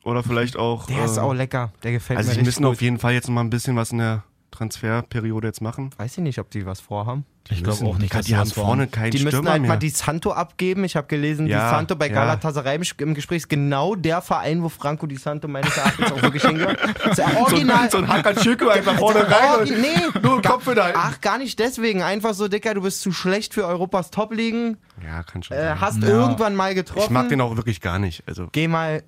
S3: Oder vielleicht auch.
S1: der ist
S3: äh,
S1: auch lecker. Der gefällt
S3: also,
S1: mir
S3: sie
S1: richtig
S3: müssen
S1: gut.
S3: auf jeden Fall jetzt noch mal ein bisschen was in der Transferperiode jetzt machen.
S1: Weiß ich nicht, ob die was vorhaben.
S2: Ich glaube auch nicht,
S3: Die,
S2: dass die
S3: haben
S2: was
S3: vorne
S2: vorne.
S3: keinen
S1: Die müssen
S3: Stürmer
S1: halt mal
S3: mehr.
S1: die Santo abgeben. Ich habe gelesen,
S3: Ja,
S1: die Santo bei
S3: ja.
S1: Galatasaray im, im Gespräch ist genau der Verein, wo Franco di Santo meines Erachtens auch wirklich hingehört. Das ist ja original.
S3: So ein Hackertschücke einfach vorne rein.
S1: Orgi-
S3: und-
S1: nee.
S3: Nur Kopf wieder.
S1: Ach, gar nicht deswegen. Einfach so, Dicker, du bist zu schlecht für Europas Top-Ligen.
S3: Ja, kann schon.
S1: Äh,
S3: sein.
S1: hast
S2: Ja.
S1: irgendwann mal getroffen.
S3: ich mag den auch wirklich gar nicht. Also.
S1: Geh mal,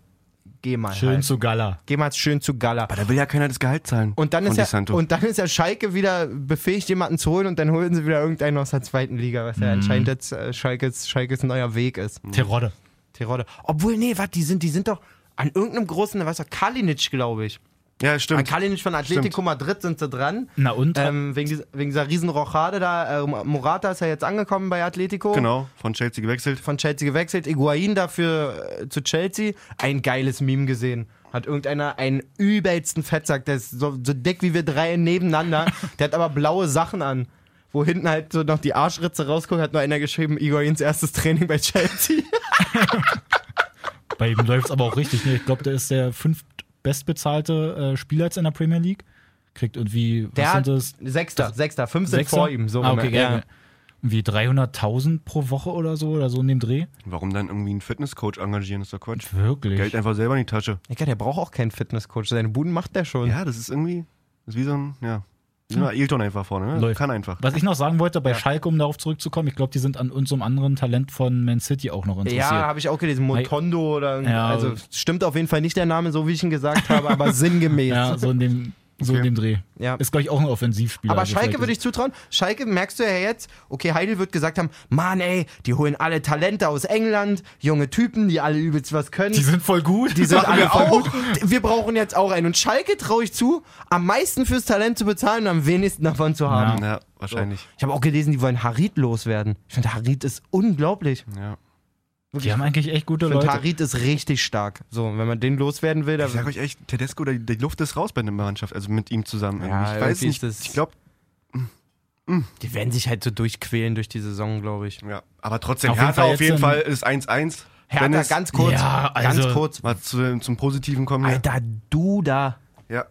S1: geh mal.
S2: Schön
S1: halt.
S2: zu Gala.
S1: Geh mal schön zu Gala.
S3: Aber da will ja keiner das Gehalt zahlen.
S1: Und dann,
S3: von
S1: ist
S3: Di
S1: ja,
S3: Santo.
S1: und dann ist ja Schalke wieder befähigt, jemanden zu holen und dann holen sie wieder irgendeinen aus der zweiten Liga, was ja
S3: Mhm.
S1: anscheinend jetzt äh, Schalkes, Schalkes neuer Weg ist.
S2: Terodde.
S1: Terodde. Obwohl, nee, was, die sind, die sind doch an irgendeinem großen, was doch, Kalinic, glaube ich.
S3: ja,
S1: An
S3: stimmt.
S1: Kalinic von Atletico Madrid sind sie dran.
S2: Na und?
S1: Ähm, wegen, dieser, wegen dieser riesen Rochade da. Äh, Morata ist ja jetzt angekommen bei Atletico.
S3: Genau, von Chelsea gewechselt.
S1: Von Chelsea gewechselt. Iguain dafür äh, zu Chelsea. Ein geiles Meme gesehen. Hat irgendeiner einen übelsten Fettsack, der ist so, so dick wie wir drei nebeneinander. Der hat aber blaue Sachen an. Wo hinten halt so noch die Arschritze rausguckt, hat nur einer geschrieben, Iguains erstes Training bei Chelsea.
S2: bei ihm läuft es aber auch richtig. Ne? Ich glaube, der ist der fünftbestbezahlte äh, Spieler jetzt in der Premier League. Kriegt irgendwie, was
S1: Der hat
S2: sind das?
S1: Sechster, Sechster, fünf sind
S2: Sechser?
S1: vor ihm. So
S2: ah, okay,
S1: ungefähr.
S2: geil. Wie 300.000 pro Woche oder so oder so in dem Dreh?
S3: Warum dann irgendwie einen Fitnesscoach engagieren, ist doch Quatsch.
S2: Wirklich.
S3: Geld einfach selber in die Tasche.
S1: Digga, der braucht auch keinen Fitnesscoach. Seine Buden macht der schon.
S3: Ja, das ist irgendwie, das ist wie so ein, ja, wie so ein Ailton einfach vorne, ne?
S2: Hm. Läuft.
S3: Kann einfach.
S2: Was ich noch sagen wollte, bei Schalke, um darauf zurückzukommen, ich glaube, die sind an unserem anderen Talent von Man City auch noch interessiert.
S1: Ja, habe ich auch gelesen. Montondo oder.
S2: Ja.
S1: also stimmt auf jeden Fall nicht der Name, so wie ich ihn gesagt habe, aber sinngemäß.
S2: ja so in dem So in dem Dreh.
S1: Ja.
S2: Ist, glaube ich, auch ein Offensivspieler.
S1: Aber
S2: also
S1: Schalke
S2: vielleicht
S1: würde ich zutrauen. Schalke merkst du ja jetzt, okay, Heidel wird gesagt haben, Mann ey, die holen alle Talente aus England, junge Typen, die alle übelst was können.
S2: ist- Die sind voll gut.
S1: Die sind
S2: Machen
S1: alle
S2: wir
S1: voll gut. Wir brauchen jetzt auch einen. Und Schalke traue ich zu, am meisten fürs Talent zu bezahlen und am wenigsten davon zu haben.
S3: Ja, wahrscheinlich.
S1: Ich habe auch gelesen, die wollen Harit loswerden. Ich finde, Harit ist unglaublich.
S3: Ja.
S2: Die haben eigentlich echt gute
S1: Ich finde,
S2: Leute.
S1: Harit ist richtig stark. So, wenn man den loswerden will, dann.
S3: Ich sag euch echt, Tedesco, die, die Luft ist raus bei einer Mannschaft, also mit ihm zusammen.
S1: Ja,
S3: ich weiß
S1: irgendwie
S3: nicht,
S1: ist das-
S3: ich glaube,
S1: Die werden sich halt so durchquälen durch die Saison, glaube ich.
S3: ja. aber trotzdem,
S2: Auf jeden
S3: Hertha
S2: Fall
S3: auf
S2: jetzt
S3: jeden
S2: ein-
S3: Fall ist 1-1. Wenn
S1: Hertha,
S3: es-
S1: ganz kurz.
S2: Ja, also-
S1: ganz kurz.
S3: Mal zu, zum Positiven kommen hier.
S1: Alter, du da.
S3: Ja,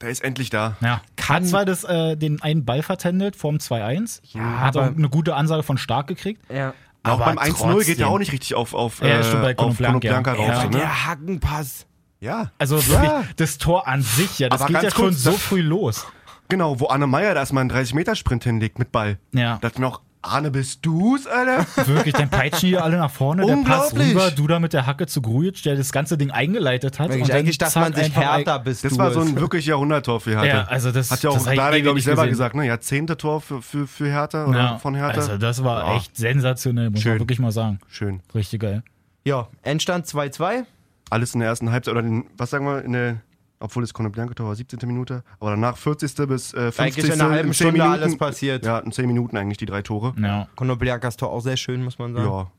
S3: der ist endlich da.
S2: Ja.
S1: Kann-
S2: Hat zwar das, äh, den einen Ball vertändelt vorm 2-1.
S1: Ja,
S2: hat auch
S1: aber-
S2: eine gute Ansage von Stark gekriegt.
S1: Ja.
S3: Auch
S2: aber
S3: beim 1-0 geht
S2: trotzdem.
S3: ja auch nicht richtig auf, auf,
S2: Ja,
S3: äh,
S2: stimmt,
S3: auf
S2: bei Konoplanka.
S3: Konoplanka raus.
S2: Ja.
S3: so, ne?
S1: Der Hackenpass.
S3: ja,
S2: Also wirklich, das Tor an sich, ja, das
S3: Aber
S2: geht ja
S3: ganz
S2: schon
S3: kurz,
S2: so
S3: das-
S2: früh los.
S3: genau, wo Arne Meyer da erstmal einen 30-Meter-Sprint hinlegt mit Ball.
S2: Ja.
S3: Da dachte ich mir auch, Arne, bist du's, Alter?
S2: Wirklich, dann peitschen die alle nach vorne, der Pass
S3: Unglaublich.
S2: rüber, du da mit der Hacke zu Grujic, der das ganze Ding eingeleitet hat.
S1: Wirklich,
S2: dann
S1: eigentlich dachte
S2: zack,
S1: man sich,
S2: einfach
S1: Hertha bist
S3: Das
S1: du
S3: war so
S1: es.
S3: ein wirklich Jahrhunderttor für Hertha.
S2: Ja, also das-
S3: Hat ja auch
S2: das hab ich
S3: Dada,
S2: ewig
S3: glaube ich,
S2: nicht
S3: selber
S2: gesehen.
S3: gesagt, ne? Jahrzehnte Tor für, für, für Hertha
S2: ein-
S3: oder
S2: Ja,
S3: von Hertha.
S2: Also das war
S3: Ja.
S2: echt sensationell, muss
S3: Schön.
S2: man wirklich mal sagen.
S3: Schön.
S2: Richtig geil.
S1: Ja, Endstand 2-2.
S3: Alles in der ersten Halbzeit oder in, was sagen wir, in der, obwohl das Konoplyanka-Tor war, 17. Minute, aber danach 40. bis äh, 50.
S1: Eigentlich in einer halben
S3: 10
S1: Stunde
S3: Minuten,
S1: alles passiert.
S3: Ja, in 10 Minuten eigentlich die drei Tore.
S2: Ja.
S1: Konobliankas Tor auch sehr schön, muss man sagen.
S3: Ja.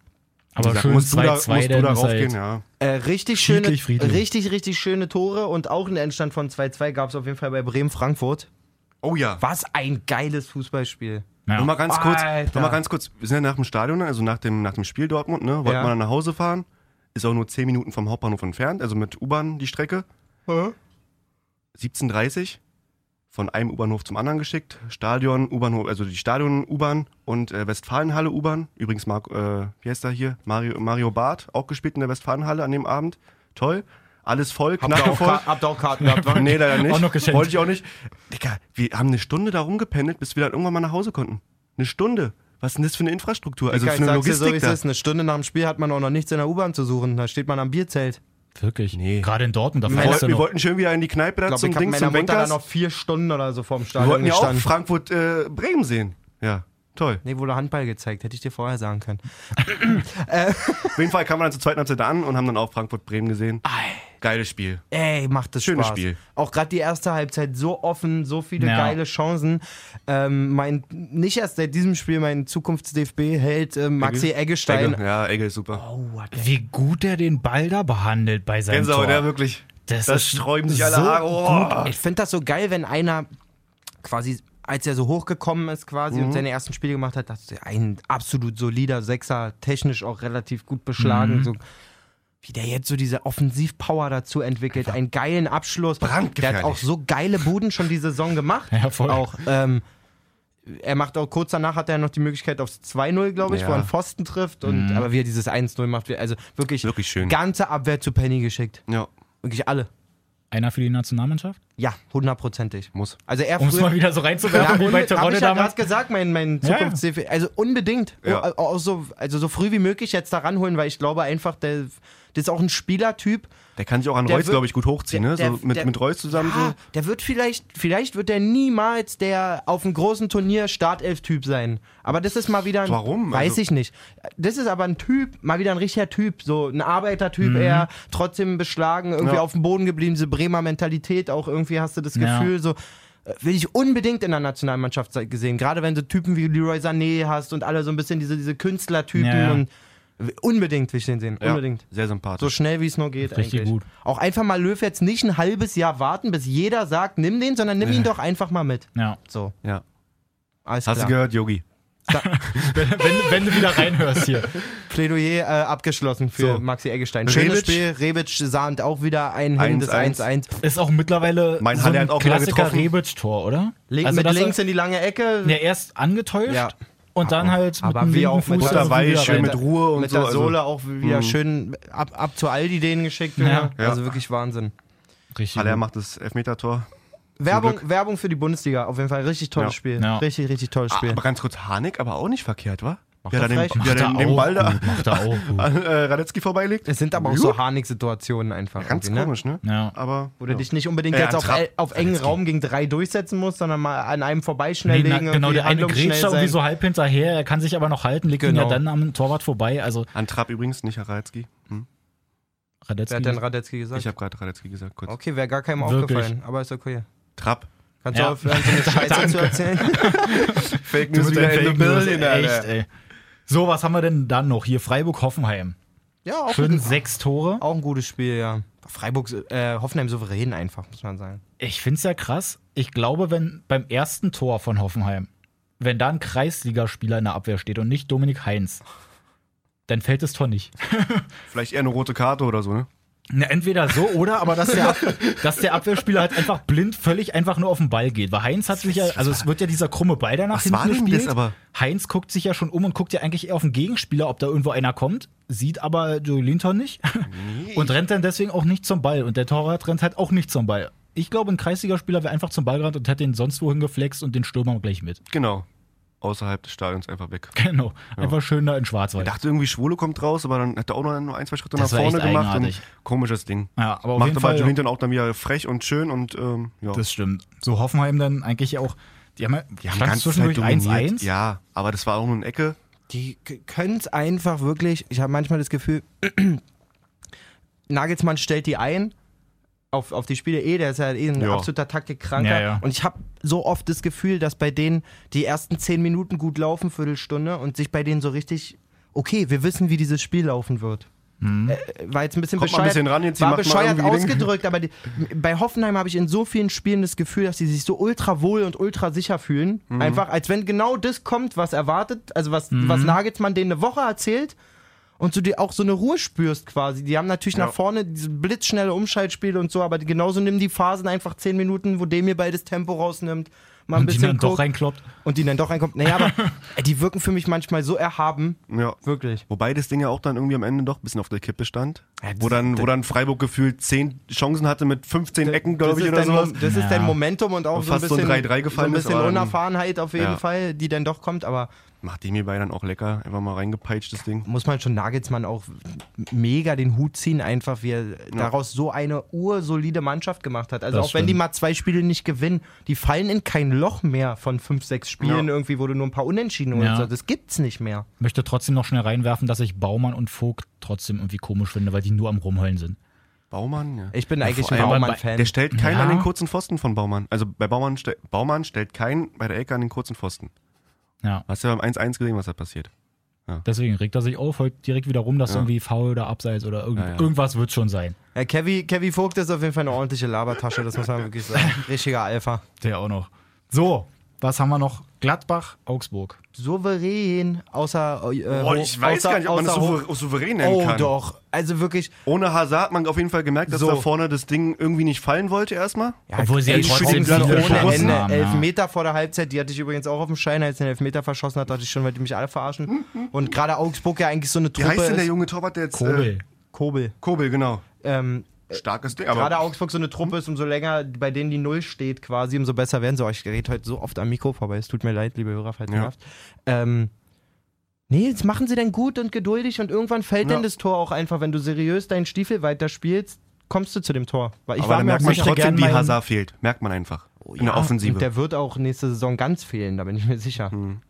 S2: Aber
S3: Sag,
S2: schön
S3: musst du da,
S2: 2-2,
S3: musst du
S2: dann
S3: da
S2: ist
S3: raufgehen,
S2: halt,
S1: Äh,
S3: ja.
S1: richtig, schöne,
S2: Friedlich, friedlich.
S1: richtig, richtig schöne Tore und auch ein Endstand von 2-2 gab es auf jeden Fall bei Bremen-Frankfurt.
S3: Oh ja.
S1: Was ein geiles Fußballspiel.
S2: ja.
S3: Nochmal ganz kurz,
S1: Alter.
S3: noch mal ganz kurz, wir sind ja nach dem Stadion, also nach dem, nach dem Spiel Dortmund, ne? Wollten
S1: Ja.
S3: wir dann nach Hause fahren. Ist auch nur 10 Minuten vom Hauptbahnhof entfernt, also mit U-Bahn die Strecke. 17.30 von einem U-Bahnhof zum anderen geschickt. Stadion, U-Bahnhof, also die Stadion-U-Bahn und äh, Westfalenhalle U-Bahn. Übrigens, Marc, äh, wie heißt er hier? Mario, Mario Barth, auch gespielt in der Westfalenhalle an dem Abend. Toll. Alles voll,
S1: Habt ihr auch,
S3: knacke voll.
S1: Ka- habt ihr auch Karten gehabt, wa?
S3: Nee, leider nicht.
S2: Auch noch geschenkt.
S3: Wollte ich auch nicht. Digga, wir haben eine Stunde da rumgependelt, bis wir dann irgendwann mal nach Hause konnten. Eine Stunde. Was ist denn das für eine Infrastruktur? Also
S1: Digga,
S3: für eine
S1: ich sag's dir so, wie
S3: Logistik
S1: es
S3: da.
S1: ist. Eine Stunde nach dem Spiel hat man auch noch nichts in der U-Bahn zu suchen. Da steht man am Bierzelt.
S2: Wirklich.
S3: Nee.
S2: Gerade in Dortmund, da
S3: Wir
S2: fällst
S3: wollten,
S2: du
S3: wir
S2: noch.
S3: wollten schön wieder in die Kneipe da
S1: Ich glaube,
S3: zum
S1: ich habe
S3: Ding
S1: meiner
S3: zum
S1: Mutter dann
S3: Bankers.
S1: noch vier Stunden oder so vorm
S3: Wir
S1: Stadion
S3: wollten ja auch
S1: gestanden.
S3: Frankfurt äh, Bremen sehen. Ja, toll.
S1: Nee, wurde Handball gezeigt, hätte ich dir vorher sagen können.
S3: Auf jeden Fall kamen wir dann zur zweiten Halbzeit an und haben dann auch Frankfurt Bremen gesehen. Geiles Spiel.
S1: Ey, macht das
S3: Schönes
S1: Spaß.
S3: Spiel.
S1: Auch gerade die erste Halbzeit so offen, so viele
S2: Ja.
S1: geile Chancen. Ähm, mein, nicht erst seit diesem Spiel, mein Zukunfts-DFB-Held äh, Maxi Eggestein.
S3: Egge. Ja, Egge ist super.
S1: Oh, what the-
S2: Wie gut er den Ball da behandelt bei seinem
S3: Gänsehaut,
S2: Tor.
S3: ja, wirklich.
S2: Das
S3: Das
S2: ist
S3: sträuben sich alle
S2: so
S3: Haare. Oh.
S1: Ich finde das so geil, wenn einer quasi, als er so hochgekommen ist quasi
S3: Mhm.
S1: und seine ersten Spiele gemacht hat, dachte ich, ein absolut solider Sechser, technisch auch relativ gut
S3: Mhm.
S1: beschlagen. So. Wie der jetzt so diese Offensivpower dazu entwickelt, einen geilen Abschluss. Der hat
S3: Brandgefährlich.
S1: auch so geile Buden schon die Saison gemacht.
S2: Ja, voll.
S1: Auch, ähm, er macht auch kurz danach hat er noch die Möglichkeit aufs 2-0, glaube ich,
S3: Ja. Mhm.
S1: wo er einen Pfosten trifft. Und, Aber wie er dieses 1-0 macht, wie- also wirklich,
S3: Wirklich schön.
S1: ganze Abwehr zu Penny geschickt.
S3: Ja,
S1: Wirklich alle.
S2: Einer für die Nationalmannschaft?
S1: Ja, hundertprozentig.
S3: muss.
S1: Also er
S2: Um es mal
S1: früher.
S2: wieder so reinzuwerfen wie bei
S1: hab
S2: Terodde
S1: ich ja
S2: damals.
S1: gerade gesagt, mein, mein
S2: Ja,
S1: Zukunfts Also unbedingt.
S3: Ja.
S1: Au- Auch so, also so früh wie möglich jetzt da ranholen, weil ich glaube einfach, der, das ist auch ein Spielertyp.
S3: Der kann sich auch an
S1: Der
S3: Reus,
S1: wird-
S3: glaube ich, gut hochziehen,
S1: der-
S3: ne? So
S1: der-
S3: mit,
S1: der-
S3: mit Reus zusammen.
S1: Ah, der wird vielleicht, vielleicht wird er niemals der auf einem großen Turnier Startelf-Typ sein. Aber das ist mal wieder ein.
S3: Warum?
S1: Weiß
S3: Also-
S1: ich nicht. Das ist aber ein Typ, mal wieder ein richtiger Typ. So ein
S2: Mhm.
S1: Arbeitertyp eher, trotzdem beschlagen, irgendwie
S3: Ja.
S1: auf dem Boden geblieben, diese Bremer Mentalität auch irgendwie hast du das
S2: Ja.
S1: Gefühl, so. äh, Will ich unbedingt in der Nationalmannschaft se- gesehen. Gerade wenn du Typen wie Leroy Sané hast und alle so ein bisschen diese, diese Künstlertypen.
S2: Ja, ja.
S1: Und unbedingt will ich den sehen.
S3: so. Ja,
S1: Unbedingt.
S3: Sehr
S1: So
S3: sympathisch.
S1: schnell wie es nur geht.
S2: Richtig
S1: eigentlich.
S2: gut.
S1: Auch einfach mal Löw jetzt nicht ein halbes Jahr warten, bis jeder sagt, nimm den, sondern nimm ihn doch einfach mal mit.
S2: Ja.
S1: So,
S3: ja.
S1: alles
S3: Hast du
S1: klar.
S3: gehört, Yogi?
S2: Wenn, wenn, wenn du wieder reinhörst hier.
S1: Plädoyer äh, abgeschlossen für
S3: So.
S1: Maxi Eggestein. Schönes
S3: Rebic.
S1: Spiel. Rebic sahnt auch wieder ein hin, das
S3: 1-1.
S1: 1-1.
S2: Ist auch mittlerweile
S3: Mein
S2: so
S3: Halle
S2: ein
S3: hat auch wieder
S2: Klassiker
S3: getroffen.
S2: Rebic-Tor, oder? Also
S1: Link-
S3: Also
S1: mit
S2: dass er-
S1: links in die lange Ecke.
S2: Ja, erst angetäuscht
S1: Ja.
S2: und dann halt
S1: Aber
S2: dem
S1: wir
S2: linken
S1: auch mit
S2: Fuß
S1: Butter
S2: da so
S3: Butterweich,
S2: wieder
S3: schön
S2: rein.
S3: mit Ruhe und
S1: mit
S3: so.
S1: der
S3: also-
S1: Sohle auch wieder schön ab, ab zu Aldi den geschickt. Junge.
S2: Ja.
S1: Also wirklich Wahnsinn.
S2: Richtig
S3: Haller
S2: gut.
S3: macht das Elfmetertor.
S1: Werbung, Werbung für die Bundesliga. Auf jeden Fall richtig tolles
S3: Ja.
S1: Spiel.
S2: Ja.
S1: Richtig, richtig tolles
S3: Ah,
S1: Spiel.
S3: aber ganz kurz, Harnik aber auch nicht verkehrt, wa?
S2: Macht
S3: Ja,
S1: er
S3: dann den,
S1: frech?
S3: ja, dann den Ball da
S2: gut, Macht er auch gut.
S3: an äh, Radetzky vorbeigelegt.
S1: Es sind aber auch so Harnik-Situationen einfach.
S3: Ganz
S1: irgendwie, ne?
S3: komisch, ne?
S2: Ja.
S3: Aber.
S1: Wo du dich nicht unbedingt
S3: Ja,
S1: jetzt auf,
S3: Trapp.
S1: el- auf engen Raum gegen drei durchsetzen musst, sondern mal an einem vorbeischnell
S2: Nee,
S1: legen.
S2: na, genau,
S1: irgendwie
S2: der eine
S1: handlungsschnell
S2: grätscht da irgendwie
S1: sein.
S2: so halb hinterher, er kann sich aber noch halten, legt ihn
S1: Genau.
S2: ja dann am Torwart vorbei. Also,
S3: An Trapp übrigens, nicht Radetzky. Hm?
S2: Radetzky.
S1: Wer hat denn Radetzky gesagt?
S3: Ich habe gerade Radetzky gesagt, kurz.
S1: okay, wäre gar keinem
S2: Wirklich.
S1: aufgefallen, aber ist okay.
S3: Trapp.
S1: Kannst
S2: Ja.
S1: du aufhören, so eine Scheiße zu erzählen?
S3: Fake
S2: Du bist
S3: wieder in
S2: ein
S3: the
S2: Fake News,
S3: building,
S2: echt,
S3: Alter.
S2: ey. So, was haben wir denn dann noch? Hier Freiburg-Hoffenheim.
S1: Ja, auch
S2: Schön
S1: ein,
S2: sechs Tore.
S1: auch ein gutes Spiel, ja. Freiburg, äh, Hoffenheim souverän einfach, muss man sagen.
S2: Ich find's ja krass. Ich glaube, wenn beim ersten Tor von Hoffenheim, wenn da ein Kreisligaspieler in der Abwehr steht und nicht Dominik Heinz, dann fällt das Tor nicht.
S3: Vielleicht eher eine rote Karte oder so, ne?
S2: Na, entweder so oder, aber dass der, dass der Abwehrspieler halt einfach blind völlig einfach nur auf den Ball geht. Weil Heinz hat sich ja, also es wird ja dieser krumme Ball danach
S3: Was war denn das aber?
S2: Heinz guckt sich ja schon um und guckt ja eigentlich eher auf den Gegenspieler, ob da irgendwo einer kommt, sieht aber Joey Linton nicht und rennt dann deswegen auch nicht zum Ball. Und der Torwart rennt halt auch nicht zum Ball. Ich glaube, ein Kreisligaspieler wäre einfach zum Ball gerannt und hätte den sonst wohin geflext und den Stürmer gleich mit.
S3: Genau. Außerhalb des Stadions einfach weg.
S2: Genau. Einfach schön da in Schwarzwald.
S3: dachte irgendwie, Schwule kommt raus, aber dann hat er auch noch nur ein, zwei Schritte
S2: Das
S3: nach
S2: war echt
S3: vorne gemacht. Und
S2: eigenartig.
S3: komisches Ding.
S2: Ja, aber auf
S3: Macht
S2: jeden
S3: aber
S2: Fall-
S3: Julien dann auch dann wieder frech und schön und ähm, ja.
S2: Das stimmt. So Hoffenheim dann eigentlich auch. Die haben ja, die
S3: ganze Zeit
S2: zwischendurch
S3: dominiert.
S2: 1-1.
S3: Ja, aber das war auch nur eine Ecke.
S1: Die können es einfach wirklich, ich habe manchmal das Gefühl, Nagelsmann stellt die ein auf, auf die Spiele eh, der ist ja eh ein
S3: Ja.
S1: absoluter Taktikkranker.
S2: Ja, ja.
S1: Und ich habe so oft das Gefühl, dass bei denen die ersten zehn Minuten gut laufen, Viertelstunde, und sich bei denen so richtig, okay, wir wissen, wie dieses Spiel laufen wird. Äh, war jetzt ein bisschen
S3: Kommt mal ein
S1: bescheuert,
S3: bisschen ran jetzt, die
S1: war
S3: macht mal
S1: bescheuert
S3: irgendwie Ding.
S1: ausgedrückt, aber die, bei Hoffenheim habe ich in so vielen Spielen das Gefühl, dass sie sich so ultra wohl und ultra sicher fühlen.
S3: Mhm.
S1: Einfach, als wenn genau das kommt, was erwartet, also was,
S2: Mhm.
S1: was Nagelsmann denen eine Woche erzählt und du dir auch so eine Ruhe spürst quasi. Die haben natürlich
S3: Ja.
S1: nach vorne diese blitzschnelle Umschaltspiele und so, aber die- genauso nimm die Phasen einfach zehn Minuten, wo dem hier beides Tempo rausnimmt. Mal ein
S2: Und die
S1: bisschen
S2: dann doch
S1: guckt
S2: reinkloppt.
S1: und die dann doch reinkommt. Naja, aber äh, die wirken für mich manchmal so erhaben.
S3: Ja.
S1: Wirklich.
S3: Wobei das Ding ja auch dann irgendwie am Ende doch ein bisschen auf der Kippe stand.
S1: Ja, das-
S3: wo, dann, wo dann Freiburg gefühlt 10 Chancen hatte mit 15 Ecken, glaube ich,
S1: ist
S3: oder
S1: dein
S3: sowas.
S1: Mom- Das ist dein
S2: Ja.
S1: Momentum und auch
S3: Und
S1: so ein
S3: fast so
S1: bisschen,
S3: ein 3-3 gefallen
S1: so ein
S3: ist,
S1: bisschen
S3: aber dann-
S1: Unerfahrenheit auf jeden
S3: Ja.
S1: Fall, die dann doch kommt, aber
S3: Macht die mir bei dann auch lecker. Einfach mal reingepeitscht, das Ding.
S1: muss man schon Nagelsmann auch mega den Hut ziehen, einfach wie er daraus so eine ursolide Mannschaft gemacht hat. Also
S2: Das
S1: auch wenn die
S2: stimmt.
S1: mal zwei Spiele nicht gewinnen, die fallen in kein Loch mehr von fünf, sechs Spielen
S3: Ja.
S1: irgendwie, wo du nur ein paar Unentschieden holst.
S2: Ja.
S1: Also Das gibt's nicht mehr.
S2: Möchte trotzdem noch schnell reinwerfen, dass ich Baumann und Vogt trotzdem irgendwie komisch finde, weil die nur am Rumheulen sind.
S3: Baumann, ja.
S1: Ich bin eigentlich
S3: vor
S1: ein
S3: allem
S2: bei-
S1: Baumann-Fan.
S3: Der stellt keinen
S2: Ja.
S3: an den kurzen Pfosten von Baumann. Also bei Baumann, ste Baumann stellt keinen bei der Ecke an den kurzen Pfosten.
S2: Ja.
S3: Hast du ja beim 1-1 gesehen, was da passiert.
S2: Deswegen regt er sich auf, heult direkt wieder rum, dass irgendwie faul oder abseits oder irgend
S3: ja.
S2: irgendwas wird schon sein.
S1: Ja, Kevin, Kevin Äh, Vogt ist auf jeden Fall eine ordentliche Labertasche, das muss man wirklich sagen. Richtiger Alpha.
S2: Der auch noch. So, was haben wir noch? Gladbach, Augsburg.
S1: Souverän, außer. Äh,
S3: Oh, ich weiß
S1: außer,
S3: gar nicht, ob man das
S1: außer hoch-
S3: souver souverän nennen
S1: Oh
S3: kann.
S1: doch, also wirklich.
S3: Ohne Hazard hat man auf jeden Fall gemerkt, dass
S1: So.
S3: da vorne das Ding irgendwie nicht fallen wollte erstmal.
S2: Obwohl sie ja
S1: ey,
S2: trotzdem
S1: Schützengraben
S3: viele
S1: ohne
S3: Chancen
S1: Ende.
S2: haben, ja.
S1: Elf Meter vor der Halbzeit, die hatte ich übrigens auch auf dem Schein, als er den Elfmeter verschossen hat, dachte ich schon, weil die mich alle verarschen. Und gerade Augsburg ja eigentlich so eine
S3: Wie
S1: Truppe
S3: heißt denn der
S1: ist.
S3: junge Torwart, der jetzt... Äh,
S2: Kobel.
S1: Kobel.
S3: Kobel, genau.
S1: Ähm,
S3: Starkes Ding,
S1: gerade
S3: aber
S1: Augsburg so eine Truppe ist, umso länger bei denen die Null steht quasi, umso besser werden sie. Oh, ich rede heute so oft am Mikro vorbei, es tut mir leid, liebe Hörer, falls ihr
S3: Ja.
S1: nervt. Ähm, nee, jetzt machen sie denn gut und geduldig und irgendwann fällt
S3: Ja.
S1: dann das Tor auch einfach. Wenn du seriös deinen Stiefel weiterspielst, kommst du zu dem Tor. Weil ich
S3: aber
S1: war
S3: da
S1: mir
S3: merkt man
S2: möchte gern
S3: trotzdem, wie
S2: meinen-
S3: Hazard fehlt. Merkt man einfach. in der
S1: Oh Ja,
S3: Offensive.
S1: Und der wird auch nächste Saison ganz fehlen, da bin ich mir sicher.
S3: Hm.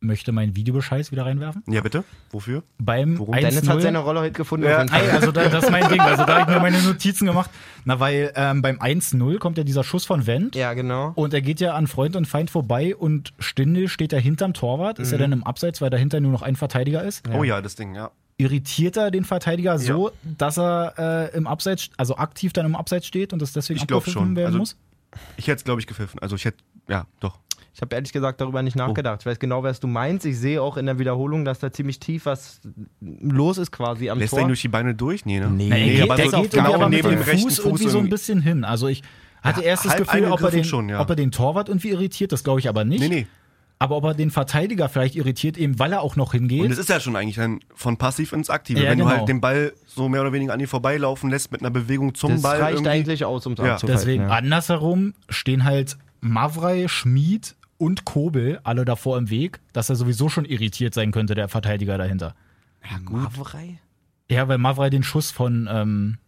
S2: Möchte meinen Videobescheiß wieder reinwerfen?
S3: ja, bitte? Wofür?
S2: Beim
S3: Worum?
S2: 1-0.
S1: Dennis hat seine Rolle heute gefunden.
S3: Ja.
S1: auf jeden Fall.
S2: Ey, also da, das ist mein Ding. Also da habe ich mir meine Notizen gemacht. Na, weil ähm, beim 1-0 kommt ja dieser Schuss von Wendt.
S1: ja genau.
S2: Und er geht ja an Freund und Feind vorbei und Stindel steht da hinterm Torwart. Ist er dann im Abseits, weil dahinter nur noch ein Verteidiger ist?
S3: Oh Mhm. ja, das Ding, ja.
S2: Irritiert er den Verteidiger so, dass er äh, im Abseits, also aktiv dann im Abseits steht und das deswegen
S3: Ich glaub
S2: abgepfiffen
S3: schon.
S2: werden
S3: Also-
S2: muss?
S3: Ich hätte es, glaube ich, gepfiffen. Also ich hätte, ja, doch.
S1: Ich habe ehrlich gesagt darüber nicht nachgedacht. Ich weiß genau, was du meinst. Ich sehe auch in der Wiederholung, dass da ziemlich tief was los ist quasi am
S3: Lässt er ihn
S1: Tor.
S3: durch die Beine durch? Nee, ne?
S1: Nee.
S2: Na, er
S1: Nee,
S2: geht,
S1: aber
S2: der
S1: so
S2: geht
S1: genau
S2: irgendwie aber mit
S1: neben dem
S2: dem Fuß
S3: rechten
S2: irgendwie,
S3: Fuß
S2: so ein
S3: irgendwie.
S2: bisschen hin. Also ich hatte
S3: Ja,
S2: erst das
S3: halb
S2: Gefühl, ob er,
S3: eingegriffen
S2: den,
S3: schon, ja.
S2: ob er den Torwart irgendwie irritiert, das glaube ich aber nicht.
S3: Nee, nee.
S2: Aber ob er den Verteidiger vielleicht irritiert, eben weil er auch noch
S3: Und
S2: hingeht.
S3: das ist ja schon eigentlich dann von passiv ins aktive.
S2: Ja,
S3: Wenn du
S2: genau.
S3: halt den Ball so mehr oder weniger an dir vorbeilaufen lässt mit einer Bewegung zum
S1: Das
S3: Ball.
S1: reicht
S3: irgendwie.
S1: eigentlich aus, um es
S3: Ja.
S1: abzuhalten.
S2: Deswegen
S1: ja.
S2: andersherum stehen halt Mavrei, Schmid und Kobel alle davor im Weg, dass er sowieso schon irritiert sein könnte, der Verteidiger dahinter.
S1: Ja, gut. Maverei?
S2: Ja, weil Mavrei den Schuss von, ähm,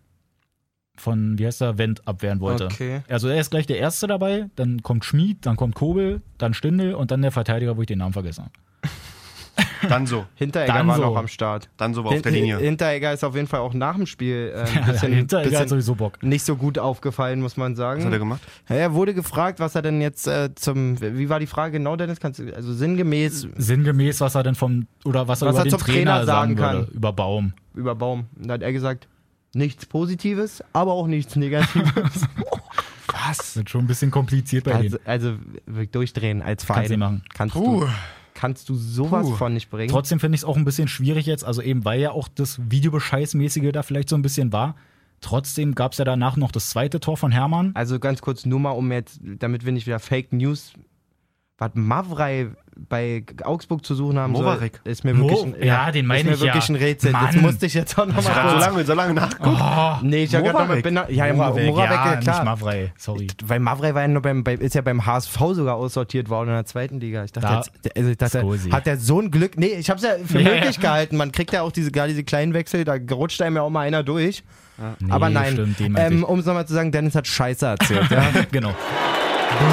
S2: von, wie heißt er, Wendt abwehren wollte.
S1: Okay.
S2: Also er ist gleich der Erste dabei, dann kommt Schmied, dann kommt Kobel, dann Stindel und dann der Verteidiger, wo ich den Namen vergessen habe.
S3: Dann so.
S1: Hinteregger
S2: Dann
S1: war
S2: so.
S1: noch am Start.
S3: Dann
S2: Äh,
S3: so war auf der
S1: Hin-
S3: Linie.
S1: Hinteregger ist auf jeden Fall auch nach dem Spiel äh, ein bisschen,
S2: Hinteregger hat
S1: bisschen
S2: sowieso Bock.
S1: nicht so gut aufgefallen, muss man
S3: Was hat er
S1: sagen.
S3: gemacht?
S1: Er wurde gefragt, was er denn jetzt äh, zum. Wie war die Frage genau, Dennis? Kannst du, also sinngemäß
S2: Sinngemäß, was er denn vom, oder was er
S1: Was
S2: über
S1: er
S2: den
S1: zum
S2: Trainer
S1: Trainer
S2: sagen
S1: sagen
S2: würde,
S1: kann.
S2: über Baum.
S1: über Baum. Da hat er gesagt, nichts Positives, aber auch nichts Negatives.
S2: Was? Wird schon ein bisschen kompliziert bei
S1: also,
S2: denen.
S1: also wirklich durchdrehen als Verein.
S2: Kannst du machen.
S1: Kannst, du, kannst du sowas
S3: Puh.
S1: von nicht bringen?
S2: Trotzdem finde ich es auch ein bisschen schwierig jetzt, also eben weil ja auch das Videobescheißmäßige da vielleicht so ein bisschen war. Trotzdem gab es ja danach noch das zweite Tor von Hermann.
S1: Also ganz kurz, nur mal um jetzt, damit wir nicht wieder Fake News, was Mavrei bei Augsburg zu suchen haben soll,
S3: Movarek.
S1: ist mir
S2: Mo-
S1: wirklich, ein-
S2: ja, den meine
S1: ist mir
S2: ich ja.
S1: wirklich ein Rätsel. Das
S2: Mann.
S1: musste ich jetzt auch nochmal
S3: Hat so
S1: kurz
S3: lange, so lange nachgeguckt.
S1: Nee, ich hab grad noch mal-
S3: Moravec.
S1: bin da- Ja, ja, Moravec, ja,
S2: nicht
S1: klar.
S2: Mavrei, sorry.
S1: Weil Mavrei war ja nur beim, bei, ist ja beim HSV sogar aussortiert worden in der zweiten Liga. Ich dachte,
S2: Da-
S1: jetzt, also ich dachte
S2: Skosi.
S1: hat er so ein Glück? Nee, ich hab's ja für
S2: Ja,
S1: möglich
S2: ja.
S1: gehalten. Man kriegt ja auch diese, gerade diese kleinen Wechsel, da rutscht einem ja auch mal einer durch.
S2: Nee,
S1: Aber nein,
S2: Stimmt, den meinte
S1: ähm, um es nochmal zu sagen, Dennis hat Scheiße erzählt. ja.
S2: ich. Genau.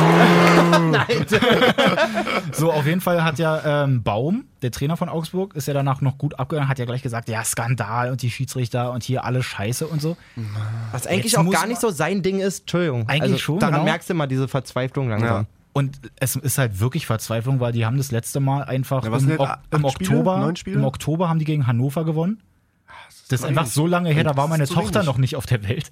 S2: So, auf jeden Fall hat ja ähm, Baum, der Trainer von Augsburg, ist ja danach noch gut abgegangen, hat ja gleich gesagt, ja, Skandal und die Schiedsrichter und hier alle Scheiße und so.
S1: Was eigentlich
S2: Jetzt
S1: auch
S2: muss
S1: gar
S2: man-
S1: nicht so sein Ding ist, Entschuldigung.
S2: Eigentlich
S1: also,
S2: schon,
S1: Daran
S2: genau.
S1: merkst du mal diese Verzweiflung langsam.
S2: Und es ist halt wirklich Verzweiflung, weil die haben das letzte Mal einfach
S3: Na, was
S2: im,
S3: sind jetzt, acht
S2: Ok- im
S3: Spiele?
S2: Oktober,
S3: Neun Spiele? Ah,
S2: im Oktober haben die gegen Hannover gewonnen. Das ist
S3: zu
S2: einfach
S3: wenig.
S2: so lange her, da war
S3: Das
S2: meine
S3: ist zu
S2: Tochter
S3: wenig.
S2: noch nicht auf der Welt.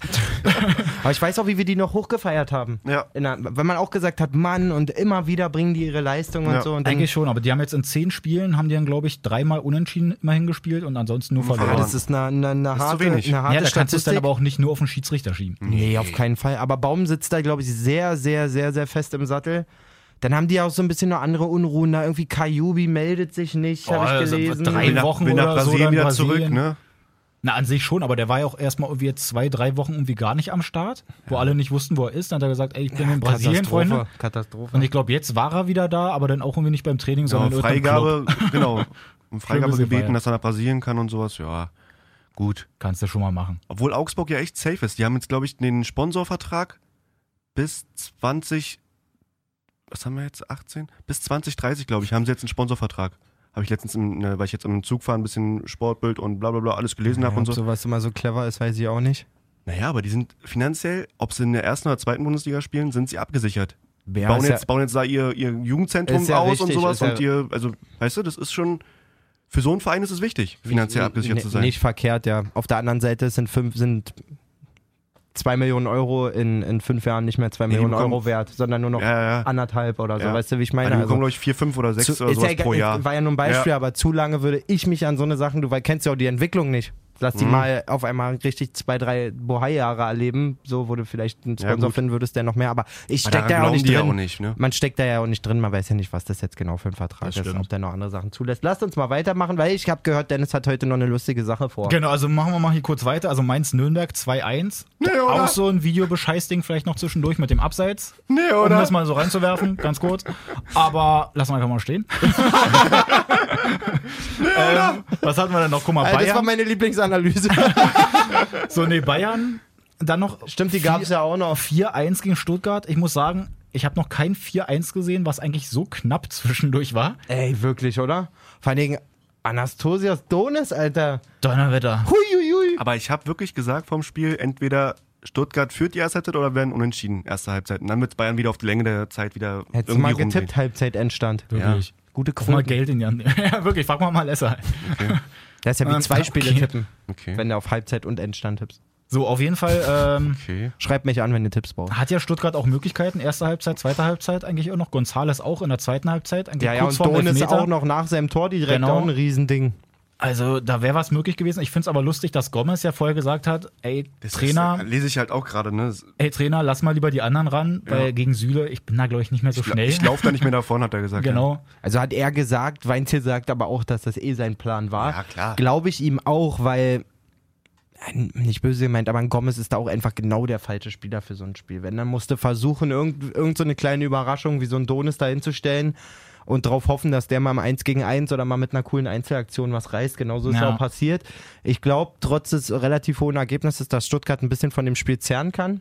S1: Aber ich weiß auch, wie wir die noch hochgefeiert haben.
S3: Ja.
S1: In der, wenn man auch gesagt hat, Mann, und immer wieder bringen die ihre Leistung und
S3: Ja.
S1: so. Und dann,
S2: Eigentlich schon, aber die haben jetzt in zehn Spielen, haben die dann, glaube ich, dreimal unentschieden immerhin gespielt und ansonsten nur
S1: ja,
S2: verloren.
S1: ah, das ist eine, eine, eine
S3: zu
S1: harte,
S3: wenig.
S1: eine harte
S2: ja, da kannst du es dann
S1: Statistik.
S2: aber auch nicht nur auf den Schiedsrichter schieben.
S1: Nee, auf keinen Fall. Aber Baum sitzt da, glaube ich, sehr, sehr, sehr, sehr fest im Sattel. Dann haben die auch so ein bisschen noch andere Unruhen. Da irgendwie Kajubi meldet sich nicht,
S2: Oh,
S1: habe ich
S2: also
S1: gelesen.
S2: drei-
S3: Will nach,
S2: Wochen
S3: will nach
S2: oder so,
S3: Brasilien
S2: dann
S3: wieder
S2: Brasilien.
S3: zurück, ne?
S2: Na, an sich schon, aber der war ja auch erstmal irgendwie jetzt zwei, drei Wochen irgendwie gar nicht am Start, wo alle nicht wussten, wo er ist. Dann hat er gesagt, ey, ich bin in Brasilien, Freunde.
S1: Katastrophe.
S2: Und ich glaube, jetzt war er wieder da, aber dann auch irgendwie nicht beim Training,
S3: Ja,
S2: sondern in irgendeinem
S3: Freigabe,
S2: Club.
S3: genau. Um Freigabe
S2: bisschen
S3: gebeten,
S2: Freiheit.
S3: dass er nach Brasilien kann und sowas. Ja, gut.
S2: Kannst du schon mal machen.
S3: Obwohl Augsburg ja echt safe ist. Die haben jetzt, glaube ich, den Sponsorvertrag bis 20. Was haben wir jetzt? 18? Bis 2030, glaube ich, haben sie jetzt einen Sponsorvertrag. Habe ich letztens, im, ne, weil ich jetzt im Zug fahre, ein bisschen Sportbild und bla bla bla alles gelesen habe und so.
S1: was immer so clever ist, weiß ich auch nicht.
S3: Naja, aber die sind finanziell, ob sie in der ersten oder zweiten Bundesliga spielen, sind sie abgesichert.
S1: Wer
S3: bauen,
S1: ist
S3: jetzt, bauen jetzt da ihr, ihr Jugendzentrum
S1: Ist ja
S3: aus und
S1: richtig,
S3: sowas
S1: ist ja-
S3: und ihr, also, weißt du, das ist schon, für so einen Verein ist es wichtig,
S1: ja
S3: finanziell abgesichert
S1: n-
S3: zu sein.
S1: Nicht verkehrt, ja. Auf der anderen Seite sind fünf, sind zwei Millionen Euro in, in fünf Jahren nicht mehr zwei
S3: die
S1: Millionen
S3: bekommen-
S1: Euro wert, sondern nur noch
S3: Ja, ja, ja.
S1: anderthalb oder so.
S3: Ja.
S1: Weißt du, wie ich
S3: Weil
S1: meine?
S3: die
S1: Also-
S3: bekommen, glaube ich, vier, fünf oder sechs
S1: Zu-
S3: oder
S1: ist
S3: sowas
S1: ja,
S3: pro
S1: egal,
S3: Jahr.
S1: War ja nur ein Beispiel,
S3: Ja.
S1: aber zu lange würde ich mich an so eine Sachen, du weil kennst ja auch die Entwicklung nicht. Lass
S3: Mhm.
S1: die mal auf einmal richtig zwei, drei Bohai-Jahre erleben, so wo du vielleicht einen
S3: Ja,
S1: Sponsor
S3: gut.
S1: finden würdest, der noch mehr, aber ich
S3: Aber
S1: steck
S3: daran
S1: da ja auch
S3: glauben
S1: nicht
S3: die
S1: drin.
S3: ja auch nicht, ne?
S1: Man steckt da ja auch nicht drin, man weiß ja nicht, was das jetzt genau für ein Vertrag ist, ob der noch andere Sachen zulässt. Lasst uns mal weitermachen, weil ich habe gehört, Dennis hat heute noch eine lustige Sache vor. Äh,
S2: Genau, also machen wir mal hier kurz weiter. Also Mainz-Nürnberg 2-1.
S3: oder?
S2: auch so ein Videobescheißding vielleicht noch zwischendurch mit dem Abseits.
S3: Nee,
S2: Um
S3: oder?
S2: das mal so reinzuwerfen, ganz kurz. Aber lassen wir einfach mal stehen. ähm, was hatten wir denn noch? Guck mal,
S1: Äh, das war
S2: Bayern.
S1: meine Lieblingsanalyse.
S2: So, nee, Bayern. Dann noch
S1: Stimmt, die gab es ja auch noch.
S2: 4-1 gegen Stuttgart. Ich muss sagen, ich habe noch kein 4-1 gesehen, was eigentlich so knapp zwischendurch war.
S1: Ey, wirklich, oder? Vor allen Dingen Anastasios Donis, Alter.
S2: Donnerwetter.
S1: Huiuiui.
S3: Aber ich habe wirklich gesagt vom Spiel, entweder Stuttgart führt die erste Halbzeit oder werden unentschieden, erste Halbzeit. Und dann wird Bayern wieder auf die Länge der Zeit wieder
S1: Hättest du
S3: irgendwie
S1: mal
S3: rumdrehen.
S1: getippt, Halbzeitendstand.
S2: Wirklich.
S1: Gute
S2: Guck mal
S1: Quote.
S2: Geld in die Hand. ja, wirklich, frag mal mal Lesser.
S1: Das ist ja wie
S2: Ähm,
S1: zwei Spiele
S2: okay.
S1: tippen,
S3: Okay.
S1: wenn du auf Halbzeit und Endstand tippst.
S2: So, auf jeden Fall ähm,
S3: okay.
S1: Schreib mich an, wenn du Tipps brauchst.
S2: hat ja Stuttgart auch Möglichkeiten. Erste Halbzeit, zweite Halbzeit eigentlich auch noch. Gonzales auch in der zweiten Halbzeit. Eigentlich
S1: Ja, ja, und
S2: vorm
S1: Doan ist
S2: Elfmeter.
S1: auch noch nach seinem Tor direkt
S2: Genau.
S1: auch ein Riesending.
S2: Also, da wäre was möglich gewesen. Ich finde es aber lustig, dass Gomez ja vorher gesagt hat: ey,
S3: Das
S2: Trainer,
S3: Ist, lese ich halt auch gerade, ne?
S2: ey, Trainer, lass mal lieber die anderen ran, weil
S3: Ja.
S2: gegen Süle, ich bin da, glaube ich, nicht mehr so schnell.
S3: Ich laufe da nicht mehr davon, hat er gesagt.
S2: genau.
S1: Also hat er gesagt, Weinziel sagt aber auch, dass das eh sein Plan war.
S3: Ja, klar.
S1: Glaube ich ihm auch, weil ein- nicht böse gemeint, aber ein Gomez ist da auch einfach genau der falsche Spieler für so ein Spiel. Wenn, dann musste versuchen, irgend, irgend so eine kleine Überraschung wie so ein Donis da hinzustellen und darauf hoffen, dass der mal im 1 gegen 1 oder mal mit einer coolen Einzelaktion was reißt. Genauso ist
S2: Ja.
S1: ja. auch passiert. Ich glaube, trotz des relativ hohen Ergebnisses, dass Stuttgart ein bisschen von dem Spiel zerren kann.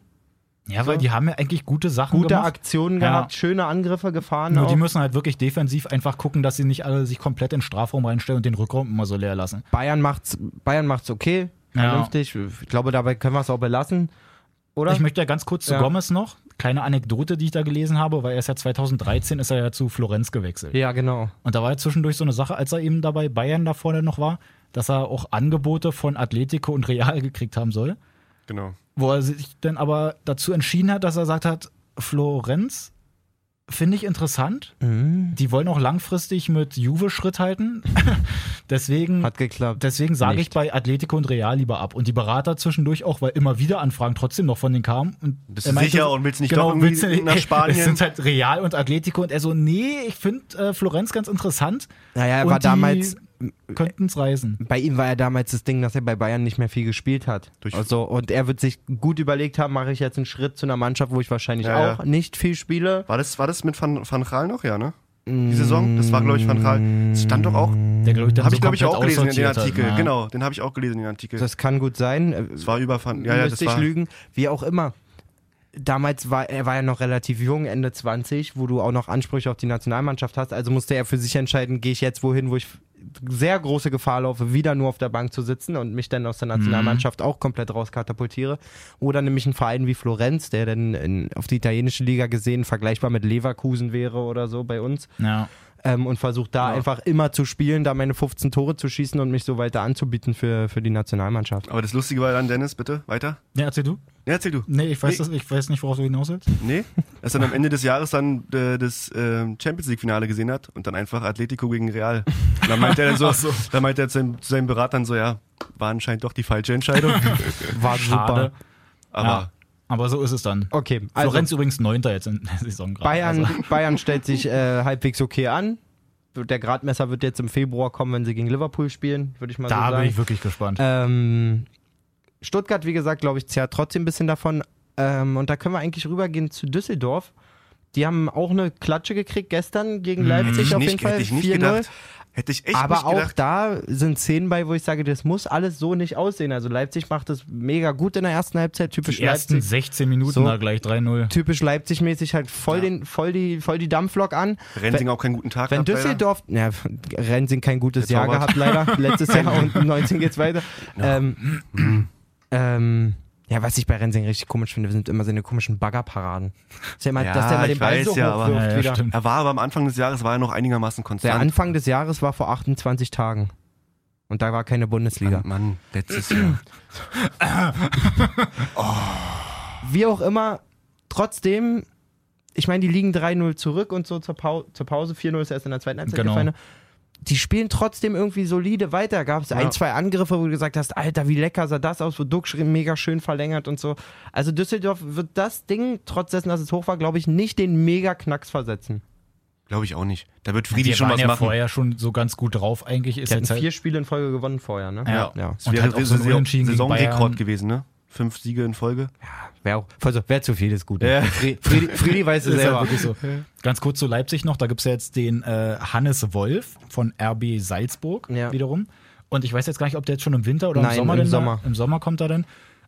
S2: Ja, weil die haben ja eigentlich gute Sachen
S1: Gute
S2: gemacht.
S1: Aktionen
S2: Ja.
S1: gehabt, schöne Angriffe gefahren.
S2: Nur
S1: auch.
S2: die müssen halt wirklich defensiv einfach gucken, dass sie nicht alle sich komplett in den Strafraum reinstellen und den Rückraum immer so leer lassen.
S1: Bayern macht's, Bayern macht's okay,
S2: Ja.
S1: vernünftig. Ich glaube, dabei können wir es auch belassen. Oder?
S2: Ich möchte ja ganz kurz zu
S1: Ja.
S2: Gomez noch. Kleine Anekdote, die ich da gelesen habe, weil er ist ja 2013 ist er ja zu Florenz gewechselt.
S1: ja, genau.
S2: Und da war ja zwischendurch so eine Sache, als er eben dabei Bayern da vorne noch war, dass er auch Angebote von Atletico und Real gekriegt haben soll.
S3: Genau.
S2: Wo er sich dann aber dazu entschieden hat, dass er gesagt hat, Florenz finde ich interessant.
S3: Mhm.
S2: Die wollen auch langfristig mit Juve Schritt halten. Deswegen
S1: Hat geklappt.
S2: Deswegen sage ich
S1: Nicht.
S2: bei Atletico und Real lieber ab. Und die Berater zwischendurch auch, weil immer wieder Anfragen trotzdem noch von denen kamen. Und
S3: Bist
S2: er
S3: du
S2: meinte
S3: sicher
S2: so,
S3: und willst nicht
S2: genau,
S3: doch irgendwie
S2: willst du nicht-
S3: nach Spanien?
S2: Es sind halt Real und Atletico. Und er so, nee, ich finde äh, Florenz ganz interessant.
S1: Naja, er
S2: und
S1: war damals,
S2: Könnten es reisen.
S1: bei ihm war ja damals das Ding, dass er bei Bayern nicht mehr viel gespielt hat.
S3: Durch-
S1: also, und er wird sich gut überlegt haben, mache ich jetzt einen Schritt zu einer Mannschaft, wo ich wahrscheinlich
S3: Ja,
S1: auch
S3: ja.
S1: nicht viel spiele.
S3: War das, war das mit Van, Van Gaal noch? Ja, ne? Die Saison? Das war, glaube ich, Van Gaal. Das stand doch auch.
S2: Der, glaub ich, dann
S3: Habe
S2: so
S3: ich, glaube ich,
S2: komplett
S3: auch gelesen in den
S2: aussortiert hat,
S3: Artikel.
S2: ne?
S3: Genau, den habe ich auch gelesen in den Artikel. Das
S1: halt, Das kann gut sein. Äh,
S3: war über Van. Ja, ja, das
S1: müsste ich
S3: war.
S1: lügen. Wie auch immer. Damals war er war ja noch relativ jung, Ende 20, wo du auch noch Ansprüche auf die Nationalmannschaft hast. Also musste er für sich entscheiden, gehe ich jetzt wohin, wo ich sehr große Gefahr laufe, wieder nur auf der Bank zu sitzen und mich dann aus
S3: Mhm.
S1: der Nationalmannschaft auch komplett rauskatapultiere. Oder nämlich einen Verein wie Florenz, der dann in, auf die italienische Liga gesehen vergleichbar mit Leverkusen wäre oder so bei uns
S2: Ja.
S1: ähm, und versuche da
S3: Ja.
S1: einfach immer zu spielen, da meine 15 Tore zu schießen und mich so weiter anzubieten für, für die Nationalmannschaft.
S3: Aber das Lustige war dann, Dennis, bitte, weiter.
S2: Ja, erzähl du.
S3: Ja, erzähl du.
S2: Nee, ich weiß, das, ich weiß nicht, worauf du hinaus willst.
S3: Nee, dass dann am Ende des Jahres dann äh, das ähm, Champions League Finale gesehen hat und dann einfach Atletico gegen Real. Und dann meinte er dann so, dann meinte er zu seinem, zu seinem Beratern so, ja, war anscheinend doch die falsche Entscheidung.
S1: War
S2: Schade.
S3: Aber
S2: Ja. Aber so ist es dann.
S1: Okay, also
S2: Florenz übrigens Neunter jetzt in der Saison gerade.
S1: Bayern,
S2: Also,
S1: Bayern stellt sich äh, halbwegs okay an. Der Gradmesser wird jetzt im Februar kommen, wenn sie gegen Liverpool spielen, würde ich mal
S2: da
S1: so
S2: bin
S1: sagen.
S2: ich wirklich gespannt.
S1: ähm, Stuttgart, wie gesagt, glaube ich, zerrt trotzdem ein bisschen davon. Ähm, und da können wir eigentlich rübergehen zu Düsseldorf. Die haben auch eine Klatsche gekriegt gestern gegen Leipzig
S3: hätte
S1: auf
S3: ich
S1: jeden
S3: Mhm. nicht,
S1: Fall.
S3: hätte ich nicht
S1: 4-0.
S3: gedacht. Hätte ich echt
S1: Aber
S3: nicht
S1: auch
S3: gedacht.
S1: da sind Szenen bei, wo ich sage, das muss alles so nicht aussehen. Also Leipzig macht das mega gut in der ersten Halbzeit, typisch
S2: Die ersten
S1: Leipzig.
S2: 16 Minuten
S1: So.
S2: da gleich 3-0.
S1: Typisch Leipzig-mäßig halt voll, den, voll, die, voll die Dampflok an.
S3: Rensing auch keinen guten Tag
S1: Wenn
S3: gehabt, leider.
S1: Düsseldorf, ja, Rensing kein gutes
S3: Der
S1: Jahr
S3: Torwart.
S1: gehabt leider, letztes Jahr und 19 geht's weiter. Ähm, ähm, ja, was ich bei Rensing richtig komisch finde, sind immer seine komischen Baggerparaden. Ist ja immer,
S3: Ja,
S1: dass der mal
S3: ich
S1: den Ball so
S3: weiß ja, aber-
S1: hochwirft
S2: Ja, ja,
S1: wieder.
S2: stimmt.
S3: Er war aber am Anfang des Jahres war er noch einigermaßen
S1: Der
S3: konstant.
S1: Anfang des Jahres war vor 28 Tagen. Und da war keine Bundesliga.
S3: Mann, letztes Jahr.
S1: wie auch immer, trotzdem, ich meine, die liegen 3-0 zurück und so zur, Pau zur Pause, 4-0 ist erst in der zweiten Halbzeit
S2: Genau.
S1: gefallen. Die spielen trotzdem irgendwie solide weiter. Gab es
S3: Ja.
S1: ein, zwei Angriffe, wo du gesagt hast, Alter, wie lecker sah das aus, wo Duck mega schön verlängert und so. Also Düsseldorf wird das Ding, trotz dessen, dass es hoch war, glaube ich, nicht den Mega-Knacks versetzen.
S3: Glaube ich auch nicht. Da wird Friedi
S2: die
S3: schon
S2: waren
S3: was
S2: ja
S3: machen.
S2: vorher schon so ganz gut drauf. Eigentlich ist
S1: Die hatten
S2: jetzt halt,
S1: vier Spiele in Folge gewonnen vorher, ne?
S2: Ja.
S1: ja.
S3: Das
S2: Und
S3: wäre
S2: halt auch so ein
S3: Saison-
S2: Unentschieden gegen Bayern.
S3: Saisonrekord gewesen, ne? Fünf Siege in Folge.
S1: Wäre auch, also, wär zu viel, ist gut.
S3: Ja.
S1: Fri- Friedi, Friedi weiß es
S2: ist ja
S1: selber.
S2: wirklich so. Ganz kurz zu Leipzig noch, da gibt es ja jetzt den äh, Hannes Wolf von RB Salzburg
S1: Ja.
S2: wiederum. Und ich weiß jetzt gar nicht, ob der jetzt schon im Winter oder im
S1: Nein,
S2: Sommer
S1: im
S2: denn
S1: Sommer.
S2: Da, Im Sommer kommt er dann.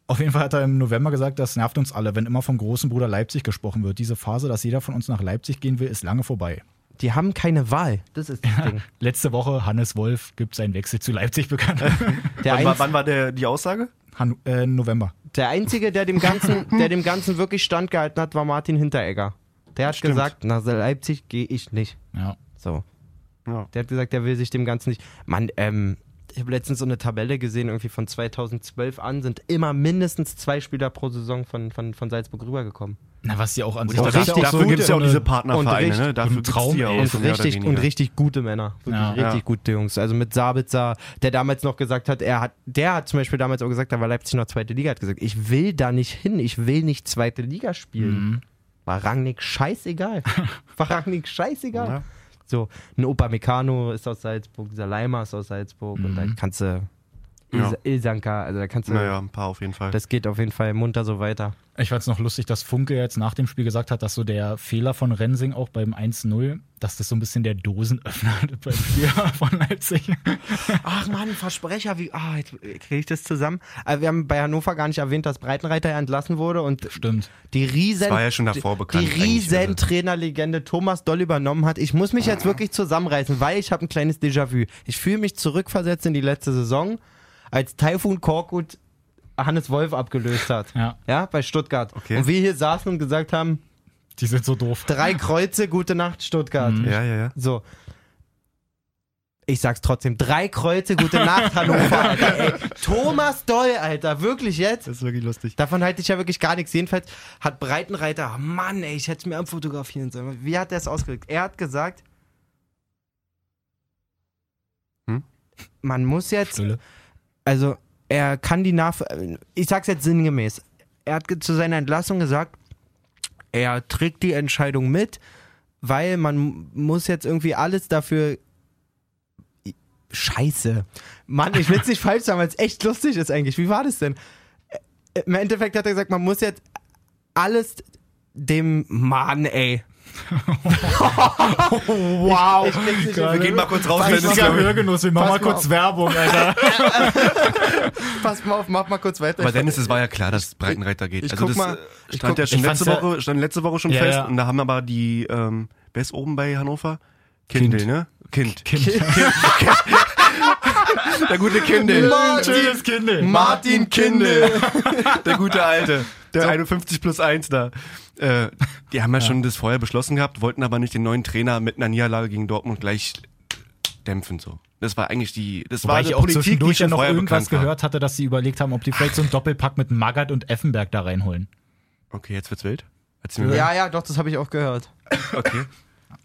S2: Auf jeden Fall hat er im November gesagt, das nervt uns alle, wenn immer vom großen Bruder Leipzig gesprochen wird. Diese Phase, dass jeder von uns nach Leipzig gehen will, ist lange vorbei.
S1: Die haben keine Wahl. Das ist das Ding.
S2: Letzte Woche, Hannes Wolf gibt seinen Wechsel zu Leipzig bekannt.
S1: Der
S3: Wann war,
S1: Einzige-
S3: wann war der, die Aussage?
S2: Han äh, November.
S1: Der Einzige, der dem Ganzen, der dem Ganzen wirklich standgehalten hat, war Martin Hinteregger. Der hat
S3: Stimmt.
S1: gesagt, nach Leipzig gehe ich nicht.
S2: Ja.
S1: So.
S3: Ja.
S1: Der hat gesagt, der will sich dem Ganzen nicht. Mann, ähm, ich habe letztens so eine Tabelle gesehen, irgendwie von 2012 an sind immer mindestens zwei Spieler pro Saison von, von, von Salzburg rübergekommen.
S2: Na, was die auch an sich
S1: dachte,
S2: das ist
S1: richtig
S3: dafür
S2: so
S3: gibt es ja auch
S2: eine-
S3: diese
S1: und
S3: Partnervereine,
S1: richtig-
S3: ne? Dafür
S2: und
S3: gibt's
S2: Traum-
S3: die ja auch
S1: Und
S3: so mehr oder
S1: richtig, und
S3: weniger.
S1: richtig gute Männer. Wirklich
S2: Ja.
S1: richtig
S3: Ja.
S1: gute Jungs. Also mit Sabitzer, der damals noch gesagt hat, er hat, der hat zum Beispiel damals auch gesagt, da war Leipzig noch zweite Liga, hat gesagt, ich will da nicht hin, ich will nicht zweite Liga spielen. War Rangnick scheißegal. War Rangnick scheißegal.
S3: Ja.
S1: So, ein Opa Meccano ist aus Salzburg, dieser Leimer ist aus Salzburg und dann kannst du Il-
S3: Ja.
S1: Ilsanka, also da kannst du.
S3: Naja, ein paar auf jeden Fall.
S1: Das geht auf jeden Fall munter so weiter.
S2: Ich fand es noch lustig, dass Funke jetzt nach dem Spiel gesagt hat, dass so der Fehler von Rensing auch beim 1-0, dass das so ein bisschen der Dosenöffner beim Spiel von Leipzig.
S1: Ach man, Versprecher, wie. Ah, jetzt kriege ich das zusammen. Aber wir haben bei Hannover gar nicht erwähnt, dass Breitenreiter ja entlassen wurde und
S2: Stimmt.
S1: die riesen
S3: Das war ja schon davor
S1: die-
S3: bekannt,
S1: die
S3: eigentlich, also.
S1: riesen Trainerlegende Thomas Doll übernommen hat. Ich muss mich jetzt wirklich zusammenreißen, weil ich habe ein kleines Déjà-vu. Ich fühle mich zurückversetzt in die letzte Saison, als Taifun Korkut Hannes Wolf abgelöst hat.
S2: Ja.
S1: Ja, bei Stuttgart.
S3: Okay.
S1: Und wir hier saßen und gesagt haben,
S2: Die sind so doof.
S1: drei Kreuze, gute Nacht Stuttgart.
S3: ja, ja, ja.
S1: So. Ich sag's trotzdem. Drei Kreuze, gute Nacht, Hannover, Alter. Ey. Thomas Doll, Alter. Wirklich jetzt?
S3: Das ist wirklich lustig.
S1: Davon halte ich ja wirklich gar nichts. Jedenfalls hat Breitenreiter, oh Mann, ey, ich hätte es mir abfotografieren sollen. Wie hat er es ausgedrückt? Er hat gesagt,
S3: Hm?
S1: man muss jetzt,
S2: Stille.
S1: also er kann die Nach... Ich sag's jetzt sinngemäß. Er hat ge- zu seiner Entlassung gesagt, er trägt die Entscheidung mit, weil man muss jetzt irgendwie alles dafür... Scheiße. Mann, ich will's nicht falsch sagen, weil es echt lustig ist eigentlich. Wie war das denn? Äh, im Endeffekt hat er gesagt, man muss jetzt alles dem Mann, ey. wow. Ich, ich krieg's nicht
S3: Wir
S1: hin.
S3: gehen mal kurz raus, wenn
S1: Weiß
S3: es
S1: man-
S3: glaube ich.
S2: Hörgenuss, wir machen
S1: Pass
S2: mal
S1: mal
S2: kurz Werbung, Alter.
S1: Pass mal auf, mach mal kurz weiter.
S3: Aber Dennis, es war ja klar, dass es Breitenreiter geht.
S1: ich
S3: also
S1: guck
S3: das
S1: mal,
S3: äh,
S1: ich
S3: stand
S1: guck-
S3: ja schon
S2: ich
S3: letzte
S2: fand's ja-
S3: Woche, stand letzte Woche schon
S2: Ja,
S3: fest.
S2: ja.
S3: Und da haben aber die, ähm, wer ist oben bei Hannover? Kindel,
S2: Kind.
S3: ne? Kind.
S2: Kind.
S3: Der gute Kindel.
S2: Schönes Kind.
S3: Martin Kindel. Der gute Alte. Der 51 plus 1 da. Äh, die haben ja, schon das vorher beschlossen gehabt, wollten aber nicht den neuen Trainer mit einer Niederlage gegen Dortmund gleich dämpfen. so. Das war eigentlich die, das
S2: Weil
S3: war die
S2: ich auch
S3: Politik, die
S2: zwischendurch ja
S3: schon
S2: noch
S3: vorher
S2: irgendwas
S3: bekannt war.
S2: gehört hatte, dass sie überlegt haben, ob die vielleicht so einen Doppelpack mit Magath und Effenberg da reinholen.
S3: Okay, jetzt wird's wild. Erzähl mir
S1: ja, ja, doch, das habe ich auch gehört.
S3: mal. Okay.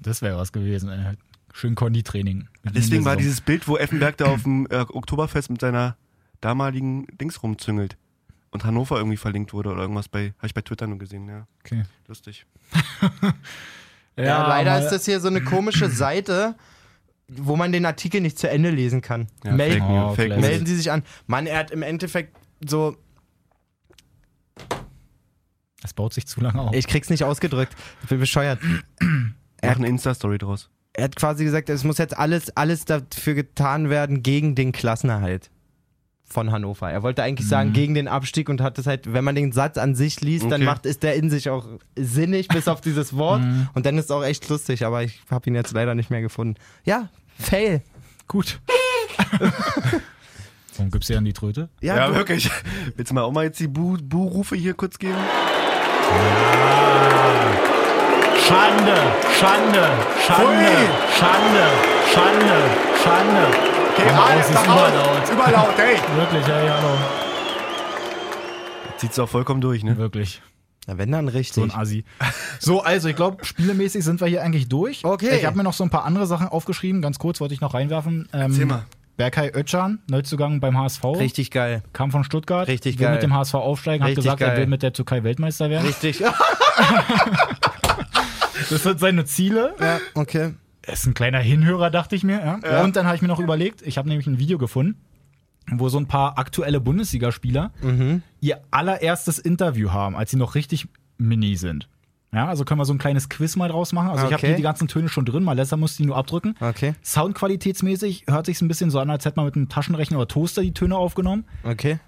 S2: Das wäre was gewesen. Ey. Schön Konditraining.
S3: Deswegen war
S2: Saison.
S3: dieses Bild, wo Effenberg da auf dem äh, Oktoberfest mit seiner damaligen Dings rumzüngelt und Hannover irgendwie verlinkt wurde oder irgendwas bei, habe ich bei Twitter nur gesehen, ja.
S2: Okay.
S3: Lustig.
S2: Ja,
S1: Ja, leider
S2: aber-
S1: ist das hier so eine komische Seite, wo man den Artikel nicht zu Ende lesen kann.
S3: Ja,
S1: Melden-
S3: Fake News, Fake
S2: Oh, vielleicht.
S3: News.
S1: Melden Sie sich an. Mann, er hat im Endeffekt so,
S2: Es baut sich zu lange auf.
S1: ich krieg's nicht ausgedrückt. Ich bin bescheuert.
S3: Mach eine Insta-Story draus.
S1: Er hat quasi gesagt, es muss jetzt alles, alles dafür getan werden gegen den Klassenerhalt von Hannover. Er wollte eigentlich sagen, gegen den Abstieg und hat es halt, wenn man den Satz an sich liest, dann
S3: Okay.
S1: macht ist der in sich auch sinnig, bis auf dieses Wort. Und dann ist es auch echt lustig, aber ich habe ihn jetzt leider nicht mehr gefunden. Ja, Fail.
S2: Gut. Warum gibst du ja an die Tröte?
S1: Ja,
S3: Ja,
S1: du-
S3: wirklich. Willst du mal auch mal jetzt die Bu- Bu-Rufe hier kurz geben?
S2: Schande, Schande, Schande,
S3: Pfui.
S2: Schande, Schande, Schande.
S3: Okay,
S2: Ja,
S3: alles
S2: es ist überlaut.
S3: Überlaut, ey.
S2: Wirklich, ja, ja, doch.
S3: Zieht's auch vollkommen durch, ne?
S2: wirklich.
S1: Na, wenn dann richtig.
S2: So ein Assi. So, also ich glaube, spielemäßig sind wir hier eigentlich durch.
S1: Okay.
S2: Ich habe mir noch so ein paar andere Sachen aufgeschrieben. Ganz kurz wollte ich noch reinwerfen. Ähm,
S3: Erzähl mal.
S2: Berkay Özcan, Neuzugang beim HSV.
S1: richtig geil.
S2: Kam von Stuttgart.
S1: Richtig
S2: will
S1: geil.
S2: mit dem HSV aufsteigen. Hat
S1: Richtig
S2: gesagt, er
S1: geil.
S2: will mit der Türkei Weltmeister werden.
S1: Richtig.
S2: Das sind seine Ziele.
S1: ja, okay.
S2: ist ein kleiner Hinhörer, dachte ich mir. Ja? Und dann habe ich mir noch überlegt, ich habe nämlich ein Video gefunden, wo so ein paar aktuelle Bundesligaspieler
S3: Mhm.
S2: ihr allererstes Interview haben, als sie noch richtig mini sind. Ja, also können wir so ein kleines Quiz mal draus machen. Also ich habe
S1: Okay.
S2: hier die ganzen Töne schon drin, Malessa muss die nur abdrücken.
S1: Okay.
S2: Soundqualitätsmäßig hört sich ein bisschen so an, als hätte man mit einem Taschenrechner oder Toaster die Töne aufgenommen.
S1: Okay.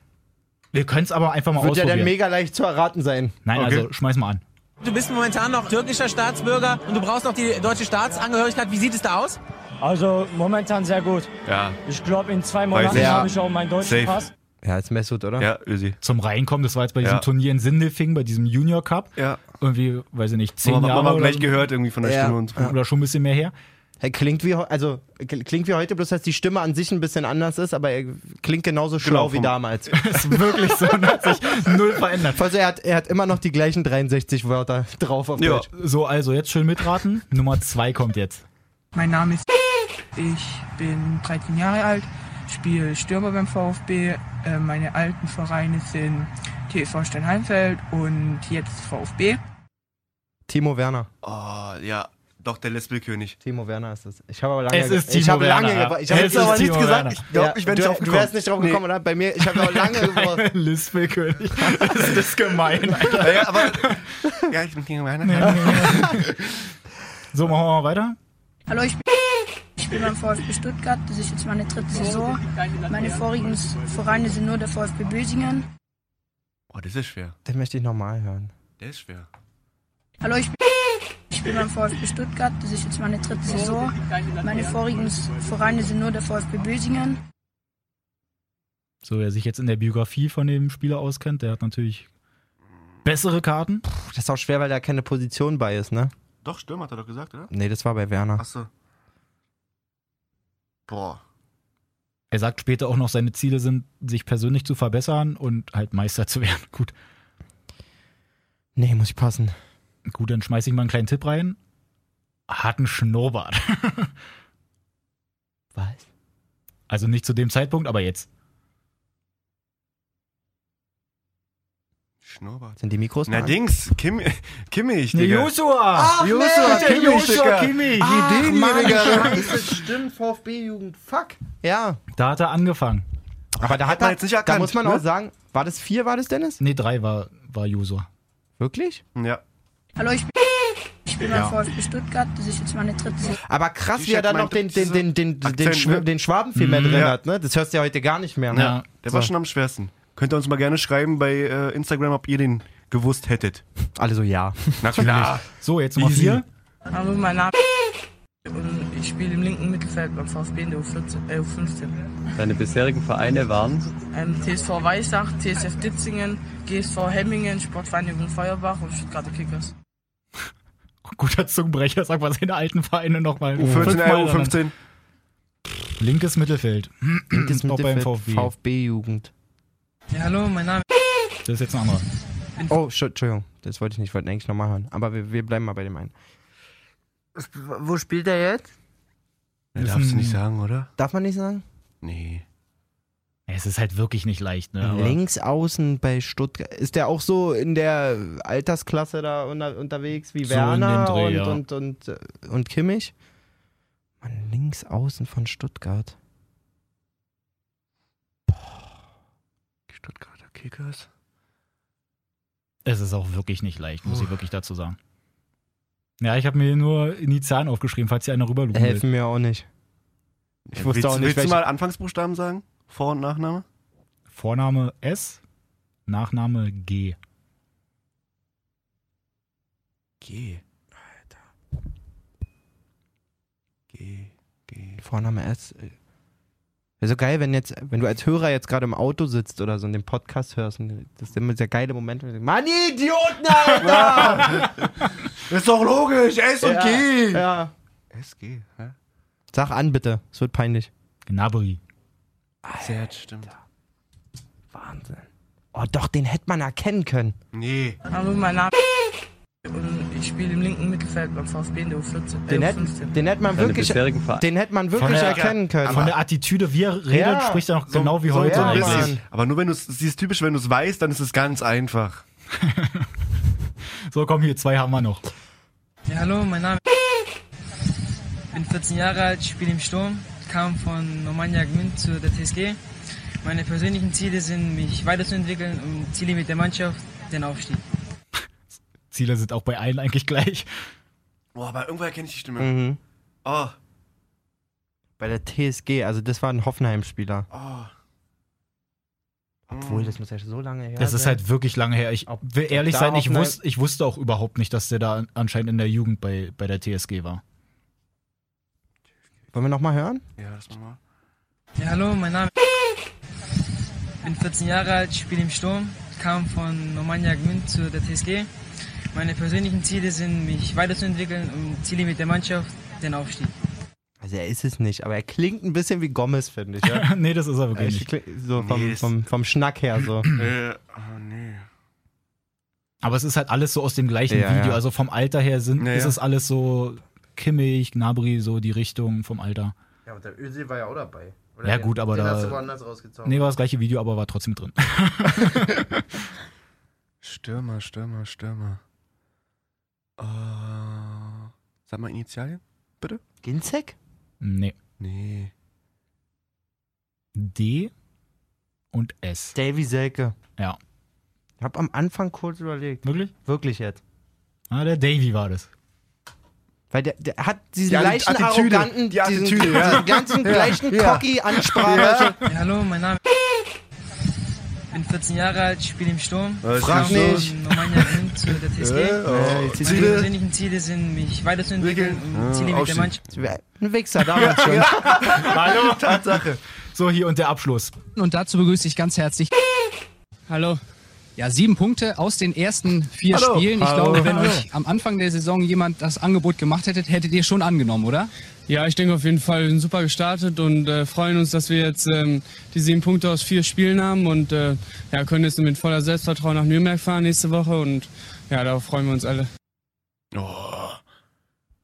S2: Wir können es aber einfach mal
S1: Wird ja
S2: ausprobieren.
S1: dann mega leicht zu erraten sein.
S2: Nein,
S3: Okay.
S2: also schmeiß mal an.
S5: Du bist momentan noch türkischer Staatsbürger und du brauchst noch die deutsche Staatsangehörigkeit. Wie sieht es da aus?
S6: Also momentan sehr gut.
S3: Ja.
S6: Ich glaube, in zwei Monaten
S3: sehr
S6: habe ich auch meinen deutschen
S3: safe.
S6: Pass.
S1: Ja, ist Messut, oder?
S3: Ja, Ösi.
S2: Zum Reinkommen, das war jetzt bei diesem
S3: Ja.
S2: Turnier in Sindelfing, bei diesem Junior Cup.
S3: Ja.
S2: Irgendwie, weiß ich nicht, zehn
S3: Haben wir
S2: Jahre
S3: haben wir
S2: oder,
S3: gleich gehört irgendwie von der
S1: Ja.
S3: Stimme und so.
S2: oder schon ein bisschen mehr her.
S1: Er klingt wie, heu- also, kl- klingt wie heute, bloß dass die Stimme an sich ein bisschen anders ist, aber er klingt genauso
S2: Genau,
S1: schlau wie
S3: vom-
S1: damals.
S2: ist wirklich so und hat sich null verändert.
S1: Also er hat, er hat immer noch die gleichen 63 Wörter drauf auf
S3: Ja.
S1: Deutsch.
S2: So, also jetzt schön mitraten. Nummer zwei kommt jetzt.
S7: Mein Name ist. Ich bin 13 Jahre alt, spiele Stürmer beim VfB. Äh, Meine alten Vereine sind TSV Steinheimfeld und jetzt VfB.
S1: Timo Werner.
S3: Oh, ja. Doch, der Lesbelkönig.
S1: Timo Werner ist es. Ich habe aber lange
S2: Es ist
S1: ich
S2: Timo
S1: habe lange
S2: Werner,
S1: gewa- ich
S2: ja.
S1: habe
S2: Es
S1: jetzt
S2: ist
S1: aber nichts
S2: Timo
S1: gesagt.
S2: Werner.
S1: Ich glaube,
S3: Ja,
S1: ich wäre
S3: du-
S1: nicht drauf
S3: du
S1: gekommen.
S3: wärst nicht drauf gekommen,
S1: oder? Bei mir, ich habe auch lange gebraucht.
S2: Lispelkönig. das ist gemein, Alter.
S3: Ja, ja, aber. ja, ich bin gegen meine.
S2: So, machen wir mal weiter.
S8: Hallo, ich bin, ich bin beim VfB Stuttgart. Das ist jetzt meine dritte Saison. Meine vorigen Vereine sind nur der VfB Bösingen.
S3: Boah, Oh, das ist schwer.
S1: Den möchte ich nochmal hören.
S3: Der ist schwer.
S8: Hallo, ich bin, ich bin beim VfB Stuttgart. Das ist jetzt meine dritte Saison. Meine vorigen Vereine sind nur der VfB Bösingen.
S2: So, wer sich jetzt in der Biografie von dem Spieler auskennt, der hat natürlich bessere Karten.
S1: Puh, das ist auch schwer, weil da keine Position bei ist, ne?
S3: Doch, Stürm hat er doch gesagt, oder?
S1: Nee, das war bei Werner.
S3: Achso. Boah.
S2: Er sagt später auch noch, seine Ziele sind, sich persönlich zu verbessern und halt Meister zu werden. Gut,
S1: Nee, muss ich passen.
S2: gut, dann schmeiße ich mal einen kleinen Tipp rein. Hat einen Schnurrbart.
S1: Was?
S2: Also nicht zu dem Zeitpunkt, aber jetzt.
S3: Schnurrbart.
S1: Sind die Mikros
S3: Na
S1: mal an?
S3: Dings, Kim, Kimmich, Digga.
S2: Joshua!
S1: Ach, Joshua
S2: der
S3: Kimmich,
S2: Joshua
S3: Digga.
S2: Kimmich!
S1: Ach,
S3: Ideen,
S1: Mann,
S3: Digga.
S1: scheiße, stimmt, VfB-Jugend, fuck. Ja,
S2: Da hat er angefangen.
S1: aber da
S3: Hat
S1: hat
S3: man
S1: man,
S3: jetzt nicht
S1: da
S3: erkannt,
S1: muss man
S3: ne?
S1: auch sagen, war das vier, war das Dennis?
S2: Nee, drei war, war Joshua.
S1: Wirklich?
S3: Ja.
S8: Hallo, ich bin, ich bin beim VfB Stuttgart. Das ist jetzt meine dritte Saison.
S1: Aber krass,
S3: Die
S1: wie er
S3: Stadt
S1: dann noch
S3: meint,
S1: den, den,
S3: diese
S1: den, den, den,
S3: Akzent,
S1: Schw-
S3: ne?
S1: den Schwaben viel mehr drin
S3: ja.
S1: hat, ne? Das hörst du ja heute gar nicht mehr. Ne?
S2: Ja.
S3: Der war schon am schwersten. Könnt ihr uns mal gerne schreiben bei äh, Instagram, ob ihr den gewusst hättet.
S1: Alle so, ja.
S3: Na klar.
S2: So, jetzt Nummer
S3: Easy.
S2: vier.
S7: Hallo, mein Name und ich spiele im linken Mittelfeld beim VfB in der U14, äh, U15.
S9: Deine bisherigen Vereine waren
S7: Ähm, TSV Weissach, TSF Ditzingen, GSV Hemmingen, Sportvereinigung Feuerbach und Stuttgarter Kickers.
S2: Guter Zungenbrecher, sag mal seine alten Vereine nochmal.
S3: U14, äh,
S2: Fünfmal
S3: U15.
S2: dann. Linkes Mittelfeld.
S1: Das
S2: Auch beim VfB.
S1: VfB-Jugend.
S7: Ja, hallo, mein Name
S2: Das ist jetzt ein anderer.
S1: Oh, Schu- Entschuldigung, das wollte ich nicht, ich wollte eigentlich nochmal hören. Aber wir, wir bleiben mal bei dem einen. Wo spielt er jetzt?
S3: Ja, darfst du nicht sagen, oder?
S1: Darf man nicht sagen?
S3: Nee.
S2: Es ist halt wirklich nicht leicht, ne? Aber
S1: Links außen bei Stuttgart. Ist der auch so in der Altersklasse da unter, unterwegs wie
S2: So in
S1: Werner
S2: dem Dreh,
S1: und,
S2: ja.
S1: und, und, äh, und Kimmich? Mann, links außen von Stuttgart.
S3: Stuttgarter Kickers.
S2: es ist auch wirklich nicht leicht, muss ich wirklich dazu sagen. Ja, ich habe mir nur Initialen aufgeschrieben, falls hier einer rüberlugen will.
S1: Helfen mir auch nicht. Ich wusste
S3: willst,
S1: auch nicht,
S3: willst du
S1: welche-
S3: mal Anfangsbuchstaben sagen? Vor- und Nachname?
S2: Vorname S, Nachname G.
S3: G. Alter. G. G.
S1: Vorname S. Wäre so geil, wenn jetzt, wenn du als Hörer jetzt gerade im Auto sitzt oder so und den Podcast hörst, und das ist immer der geile Moment, wenn du sagst, Mann, ihr Idioten, Alter!
S3: Ist doch logisch, S und G.
S1: ja.
S3: S, G, hä?
S1: Sag an bitte, es wird peinlich.
S2: Gnabry.
S3: Serge, stimmt.
S1: Wahnsinn. Oh, doch, den hätte man erkennen können.
S3: Nee.
S7: ist, hallo, mein Name und ich spiele im linken Mittelfeld beim VfB in der U14.
S1: Den,
S7: äh,
S1: hätt,
S7: U15.
S1: den hätte man
S9: deine
S1: wirklich,
S9: bisherigen Vereine.
S1: den hätte man wirklich
S2: der-
S1: erkennen können.
S2: Von der Attitüde, wie er redet,
S1: Ja,
S2: spricht er noch
S1: so-
S2: genau wie
S1: so
S2: heute.
S1: ja,
S3: Ein
S2: eigentlich.
S1: Mann.
S3: bisschen. Aber nur wenn du es, sie ist typisch, wenn du es weißt, dann ist es ganz einfach.
S2: so, komm, hier, zwei haben wir noch.
S7: Ja, hallo, mein Name bin 14 Jahre alt, spiele im Sturm, kam von Romagna Gmünd zu der TSG. Meine persönlichen Ziele sind, mich weiterzuentwickeln und Ziele mit der Mannschaft, den Aufstieg.
S2: Ziele sind auch bei allen eigentlich gleich.
S3: Boah, aber irgendwo erkenne ich die Stimme.
S1: Mhm.
S3: Oh,
S1: Bei der TSG, also das war ein Hoffenheim-Spieler.
S3: oh.
S1: Obwohl, das muss ja so lange her
S2: Das ist
S1: sein.
S2: halt wirklich lange her. Ich will ehrlich
S1: da
S2: sein, ich,
S1: auf eine-
S2: wus ich wusste auch überhaupt nicht, dass der da anscheinend in der Jugend bei, bei der TSG war.
S1: Wollen wir nochmal hören?
S3: Ja, das machen wir.
S7: Ja, hallo, mein Name bin 14 Jahre alt, spiele im Sturm, kam von Romagna Gmünd zu der TSG. Meine persönlichen Ziele sind, mich weiterzuentwickeln und Ziele mit der Mannschaft, den Aufstieg.
S1: Also er ist es nicht, aber er klingt ein bisschen wie Gomez, finde ich. Ja?
S2: nee, das ist er
S1: Äh,
S2: wirklich nicht.
S1: kli- So vom,
S3: Nee, ist-
S1: vom, vom Schnack her so.
S3: Äh, oh nee.
S2: Aber es ist halt alles so aus dem gleichen
S1: Ja,
S2: Video.
S1: ja.
S2: Also vom Alter her sind,
S3: Ja,
S2: ist
S3: ja.
S2: es alles so Kimmich, Gnabry, so die Richtung vom Alter.
S1: Ja, und der Özil war ja auch dabei.
S2: Ja, gut, aber da-
S1: woanders rausgezogen.
S2: Nee, war das gleiche Video, aber war trotzdem drin.
S3: Stürmer, Stürmer, Stürmer. Oh. Sag mal Initialien, bitte?
S1: Ginzek?
S2: Nee.
S3: Nee.
S2: D und S.
S1: Davy Selke.
S2: Ja.
S1: Ich habe am Anfang kurz überlegt.
S2: Wirklich?
S1: Wirklich jetzt.
S2: Ah, der Davy war das.
S1: Weil der, der hat diesen
S3: Die
S1: gleichen
S3: Attitüde,
S1: arroganten,
S3: die
S1: diesen,
S3: Attitüde, ja.
S1: diesen ganzen gleichen Cocky-Ansprache.
S7: Ja, hallo, mein Name ist. Bin 14 Jahre alt, spiele im Sturm.
S3: Was
S1: Frag
S3: ist
S7: Kam
S1: nicht.
S3: los?
S7: von Normannia Gmünd zu der
S3: Äh,
S7: TSG.
S3: oh,
S1: jetzt ist
S7: Meine
S3: Ziele.
S7: persönlichen Ziele sind, mich weiterzuentwickeln
S3: Äh,
S7: und Ziele mit der
S3: Aufstieg.
S7: Mannschaft.
S1: Ein Wichser damals schon.
S2: Hallo, Tatsache. So, hier und der Abschluss.
S10: Und dazu begrüße ich ganz herzlich. Hallo. Ja, sieben Punkte aus den ersten vier
S3: Hallo.
S10: Spielen. Ich
S2: Hallo.
S10: glaube, wenn
S2: Hallo.
S10: euch am Anfang der Saison jemand das Angebot gemacht hätte, hättet ihr schon angenommen, oder? Ja, ich denke auf jeden Fall. Wir sind super gestartet und äh, freuen uns, dass wir jetzt ähm, die sieben Punkte aus vier Spielen haben und äh, ja, können jetzt mit voller Selbstvertrauen nach Nürnberg fahren nächste Woche und ja, darauf freuen wir uns alle.
S3: Oh.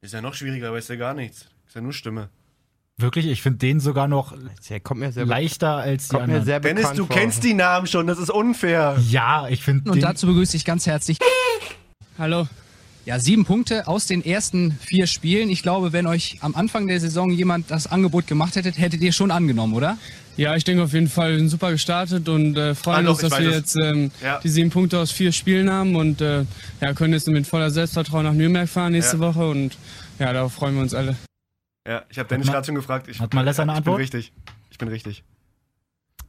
S3: Ist ja noch schwieriger, weißt ja gar nichts. Ist ja nur Stimme.
S2: Wirklich, ich finde den sogar noch
S1: Der kommt mir sehr,
S2: leichter als die
S1: kommt mir
S2: anderen.
S1: sehr bekannt
S3: Dennis, du
S1: vor.
S3: kennst die Namen schon, das ist unfair.
S2: ja, ich finde den.
S10: begrüße ich ganz herzlich. Hallo. Ja, sieben Punkte aus den ersten vier Spielen. Ich glaube, wenn euch am Anfang der Saison jemand das Angebot gemacht hätte, hättet ihr schon angenommen, oder? Ja, ich denke auf jeden Fall. Wir sind super gestartet und äh,
S3: Ah,
S10: freuen
S3: doch,
S10: uns,
S3: ich
S10: dass
S3: weiß
S10: wir
S3: es.
S10: jetzt ähm,
S3: Ja.
S10: die sieben Punkte aus vier Spielen haben und äh, ja, können jetzt mit voller Selbstvertrauen nach Nürnberg fahren nächste
S3: Ja.
S10: Woche und ja, darauf freuen wir uns alle.
S3: Ja, ich habe Dennis
S2: Hat man-
S3: gerade schon gefragt. Ich,
S2: hat man Lesser eine
S3: ich bin
S2: Antwort?
S3: richtig. Ich bin richtig.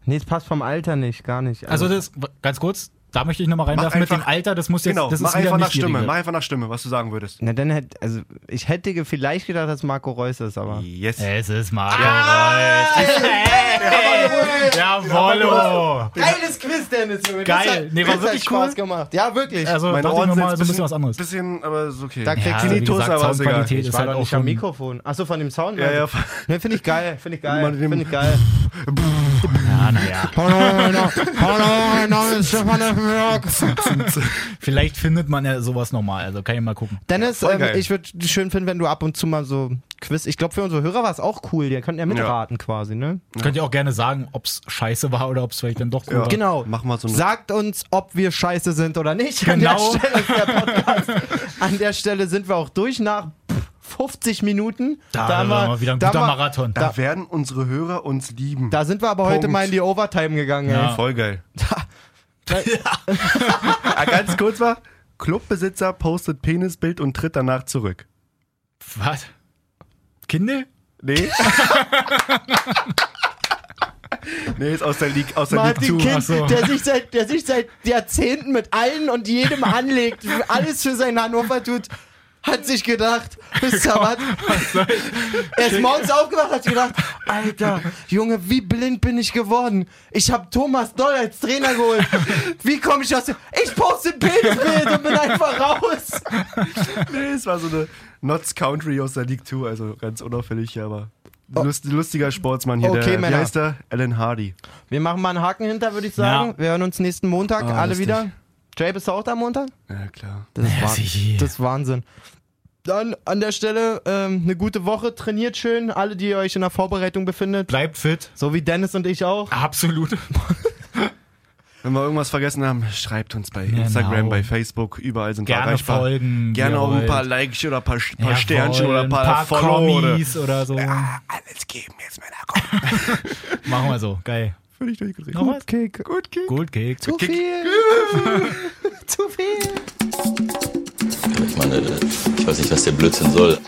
S1: Nee, es passt vom Alter nicht, gar nicht.
S2: Also, das, ganz kurz, da möchte ich nochmal
S3: Mach
S2: reinwerfen mit dem
S3: einfach-
S2: Alter, das muss jetzt.
S3: genau,
S2: das ist
S3: mach
S2: wieder
S3: einfach
S2: nicht
S3: nach Stimme.
S2: die Regel.
S3: Mach einfach nach Stimme, was du sagen würdest.
S1: Na, dann hätte, also ich hätte ge- vielleicht gedacht, dass Marco Reus ist, aber.
S3: Yes.
S2: Es ist Marco
S3: Ah!
S2: Reus. Jawollo.
S1: Geiles Quiz, Dennis, Junge.
S2: Geil. Nee, war wirklich cool.
S1: gemacht. Ja, wirklich.
S2: Also,
S3: Meine
S2: dachte ich
S3: Ohren
S2: mir
S3: sind
S2: mal so ein bisschen was anderes.
S3: Bisschen, aber ist okay.
S1: Da kriegst
S2: Ja,
S1: du
S2: wie
S1: die
S3: Tinnitus,
S2: gesagt,
S3: aber ist egal.
S2: Soundqualität
S1: Ich
S2: ist
S1: war
S2: halt
S1: doch
S2: auch
S1: nicht am
S2: schon-
S1: Mikrofon. Achso, von dem Sound.
S3: Ja, ja.
S1: Ne, finde ich geil, finde ich geil,
S3: Mann, dem-
S1: finde ich geil.
S2: Ah, Ja, naja.
S1: Hallo, mein Name- hallo, mein Name ist Stefan Effenberg.
S2: Vielleicht findet man ja sowas nochmal, also kann ich mal gucken.
S1: Dennis,
S3: Voll
S1: ähm,
S3: geil.
S1: ich würde schön finden, wenn du ab und zu mal so Quiz. Ich glaube, für unsere Hörer war es auch cool. Die könnten ja mitraten quasi, ne?
S2: Könnt ihr auch gerne sagen, ob's scheiße war oder ob's vielleicht dann doch cool
S3: Ja.
S2: war.
S1: Genau.
S3: Machen wir so eine-
S1: Sagt uns, ob wir scheiße sind oder nicht.
S2: Genau.
S1: An der Stelle ist der Podcast. An der Stelle sind wir auch durch nach 50 Minuten.
S2: Da,
S1: haben
S2: war
S1: wir-
S2: mal wieder ein
S1: da
S2: guter
S1: haben wir-
S2: Marathon.
S3: Da werden unsere Hörer uns lieben.
S1: Da sind wir aber heute
S3: Punkt.
S1: mal in die Overtime gegangen.
S2: Ja.
S1: Ja.
S3: Voll geil. Ah, Ganz kurz war, Clubbesitzer postet Penisbild und tritt danach zurück.
S2: Was? Kindle?
S3: Nee. nee, ist aus der League, aus der
S1: Martin
S3: League 2.
S1: Kind,
S2: ach so.
S1: der, sich seit, der sich seit Jahrzehnten mit allen und jedem anlegt, alles für sein Hannover tut, hat sich gedacht, wisst ihr was? Er ist morgens aufgewacht, hat sich gedacht, Alter, Junge, wie blind bin ich geworden? Ich habe Thomas Doll als Trainer geholt. Wie komme ich aus dem... Ich poste ein Penisbild und bin einfach raus.
S3: Nee, es war so eine Notts Country aus der League 2, also ganz unauffällig, ja, aber lust, lustiger Sportsmann hier.
S1: Okay,
S3: der,
S1: Männer.
S3: Wie heißt der? Alan Hardy.
S1: Wir machen mal einen Haken hinter, würde ich sagen.
S2: Ja.
S1: Wir hören uns nächsten Montag
S3: Ah,
S1: alle
S3: lustig.
S1: wieder. Jay, bist du auch da am Montag?
S3: Ja, klar.
S1: Das ist,
S2: sicher.
S1: Wahnsinn. das ist Wahnsinn. Dann an der Stelle ähm, eine gute Woche. Trainiert schön, alle, die ihr euch in der Vorbereitung befindet.
S2: Bleibt fit.
S1: So wie Dennis und ich auch.
S2: Absolut.
S3: Wenn wir irgendwas vergessen haben, schreibt uns bei Instagram, bei Facebook, überall sind wir
S2: Genau. Gerne
S3: erreichbar.
S2: folgen.
S3: Gerne auch ein
S2: jawohl.
S3: paar Likes oder ein paar, paar
S2: Jawohl,
S3: Sternchen oder ein paar,
S2: paar
S3: Follow. Oder
S2: Kommis oder so.
S3: alles geben jetzt, Männer. Komm.
S2: Machen wir so. Geil.
S3: Völlig durchgedreht.
S2: Noch was?
S1: Kick.
S3: Hm. Gut, Kick.
S2: Gut, Kick.
S1: Zu viel. Zu viel.
S11: Ich meine, ich weiß nicht, was der Blödsinn soll.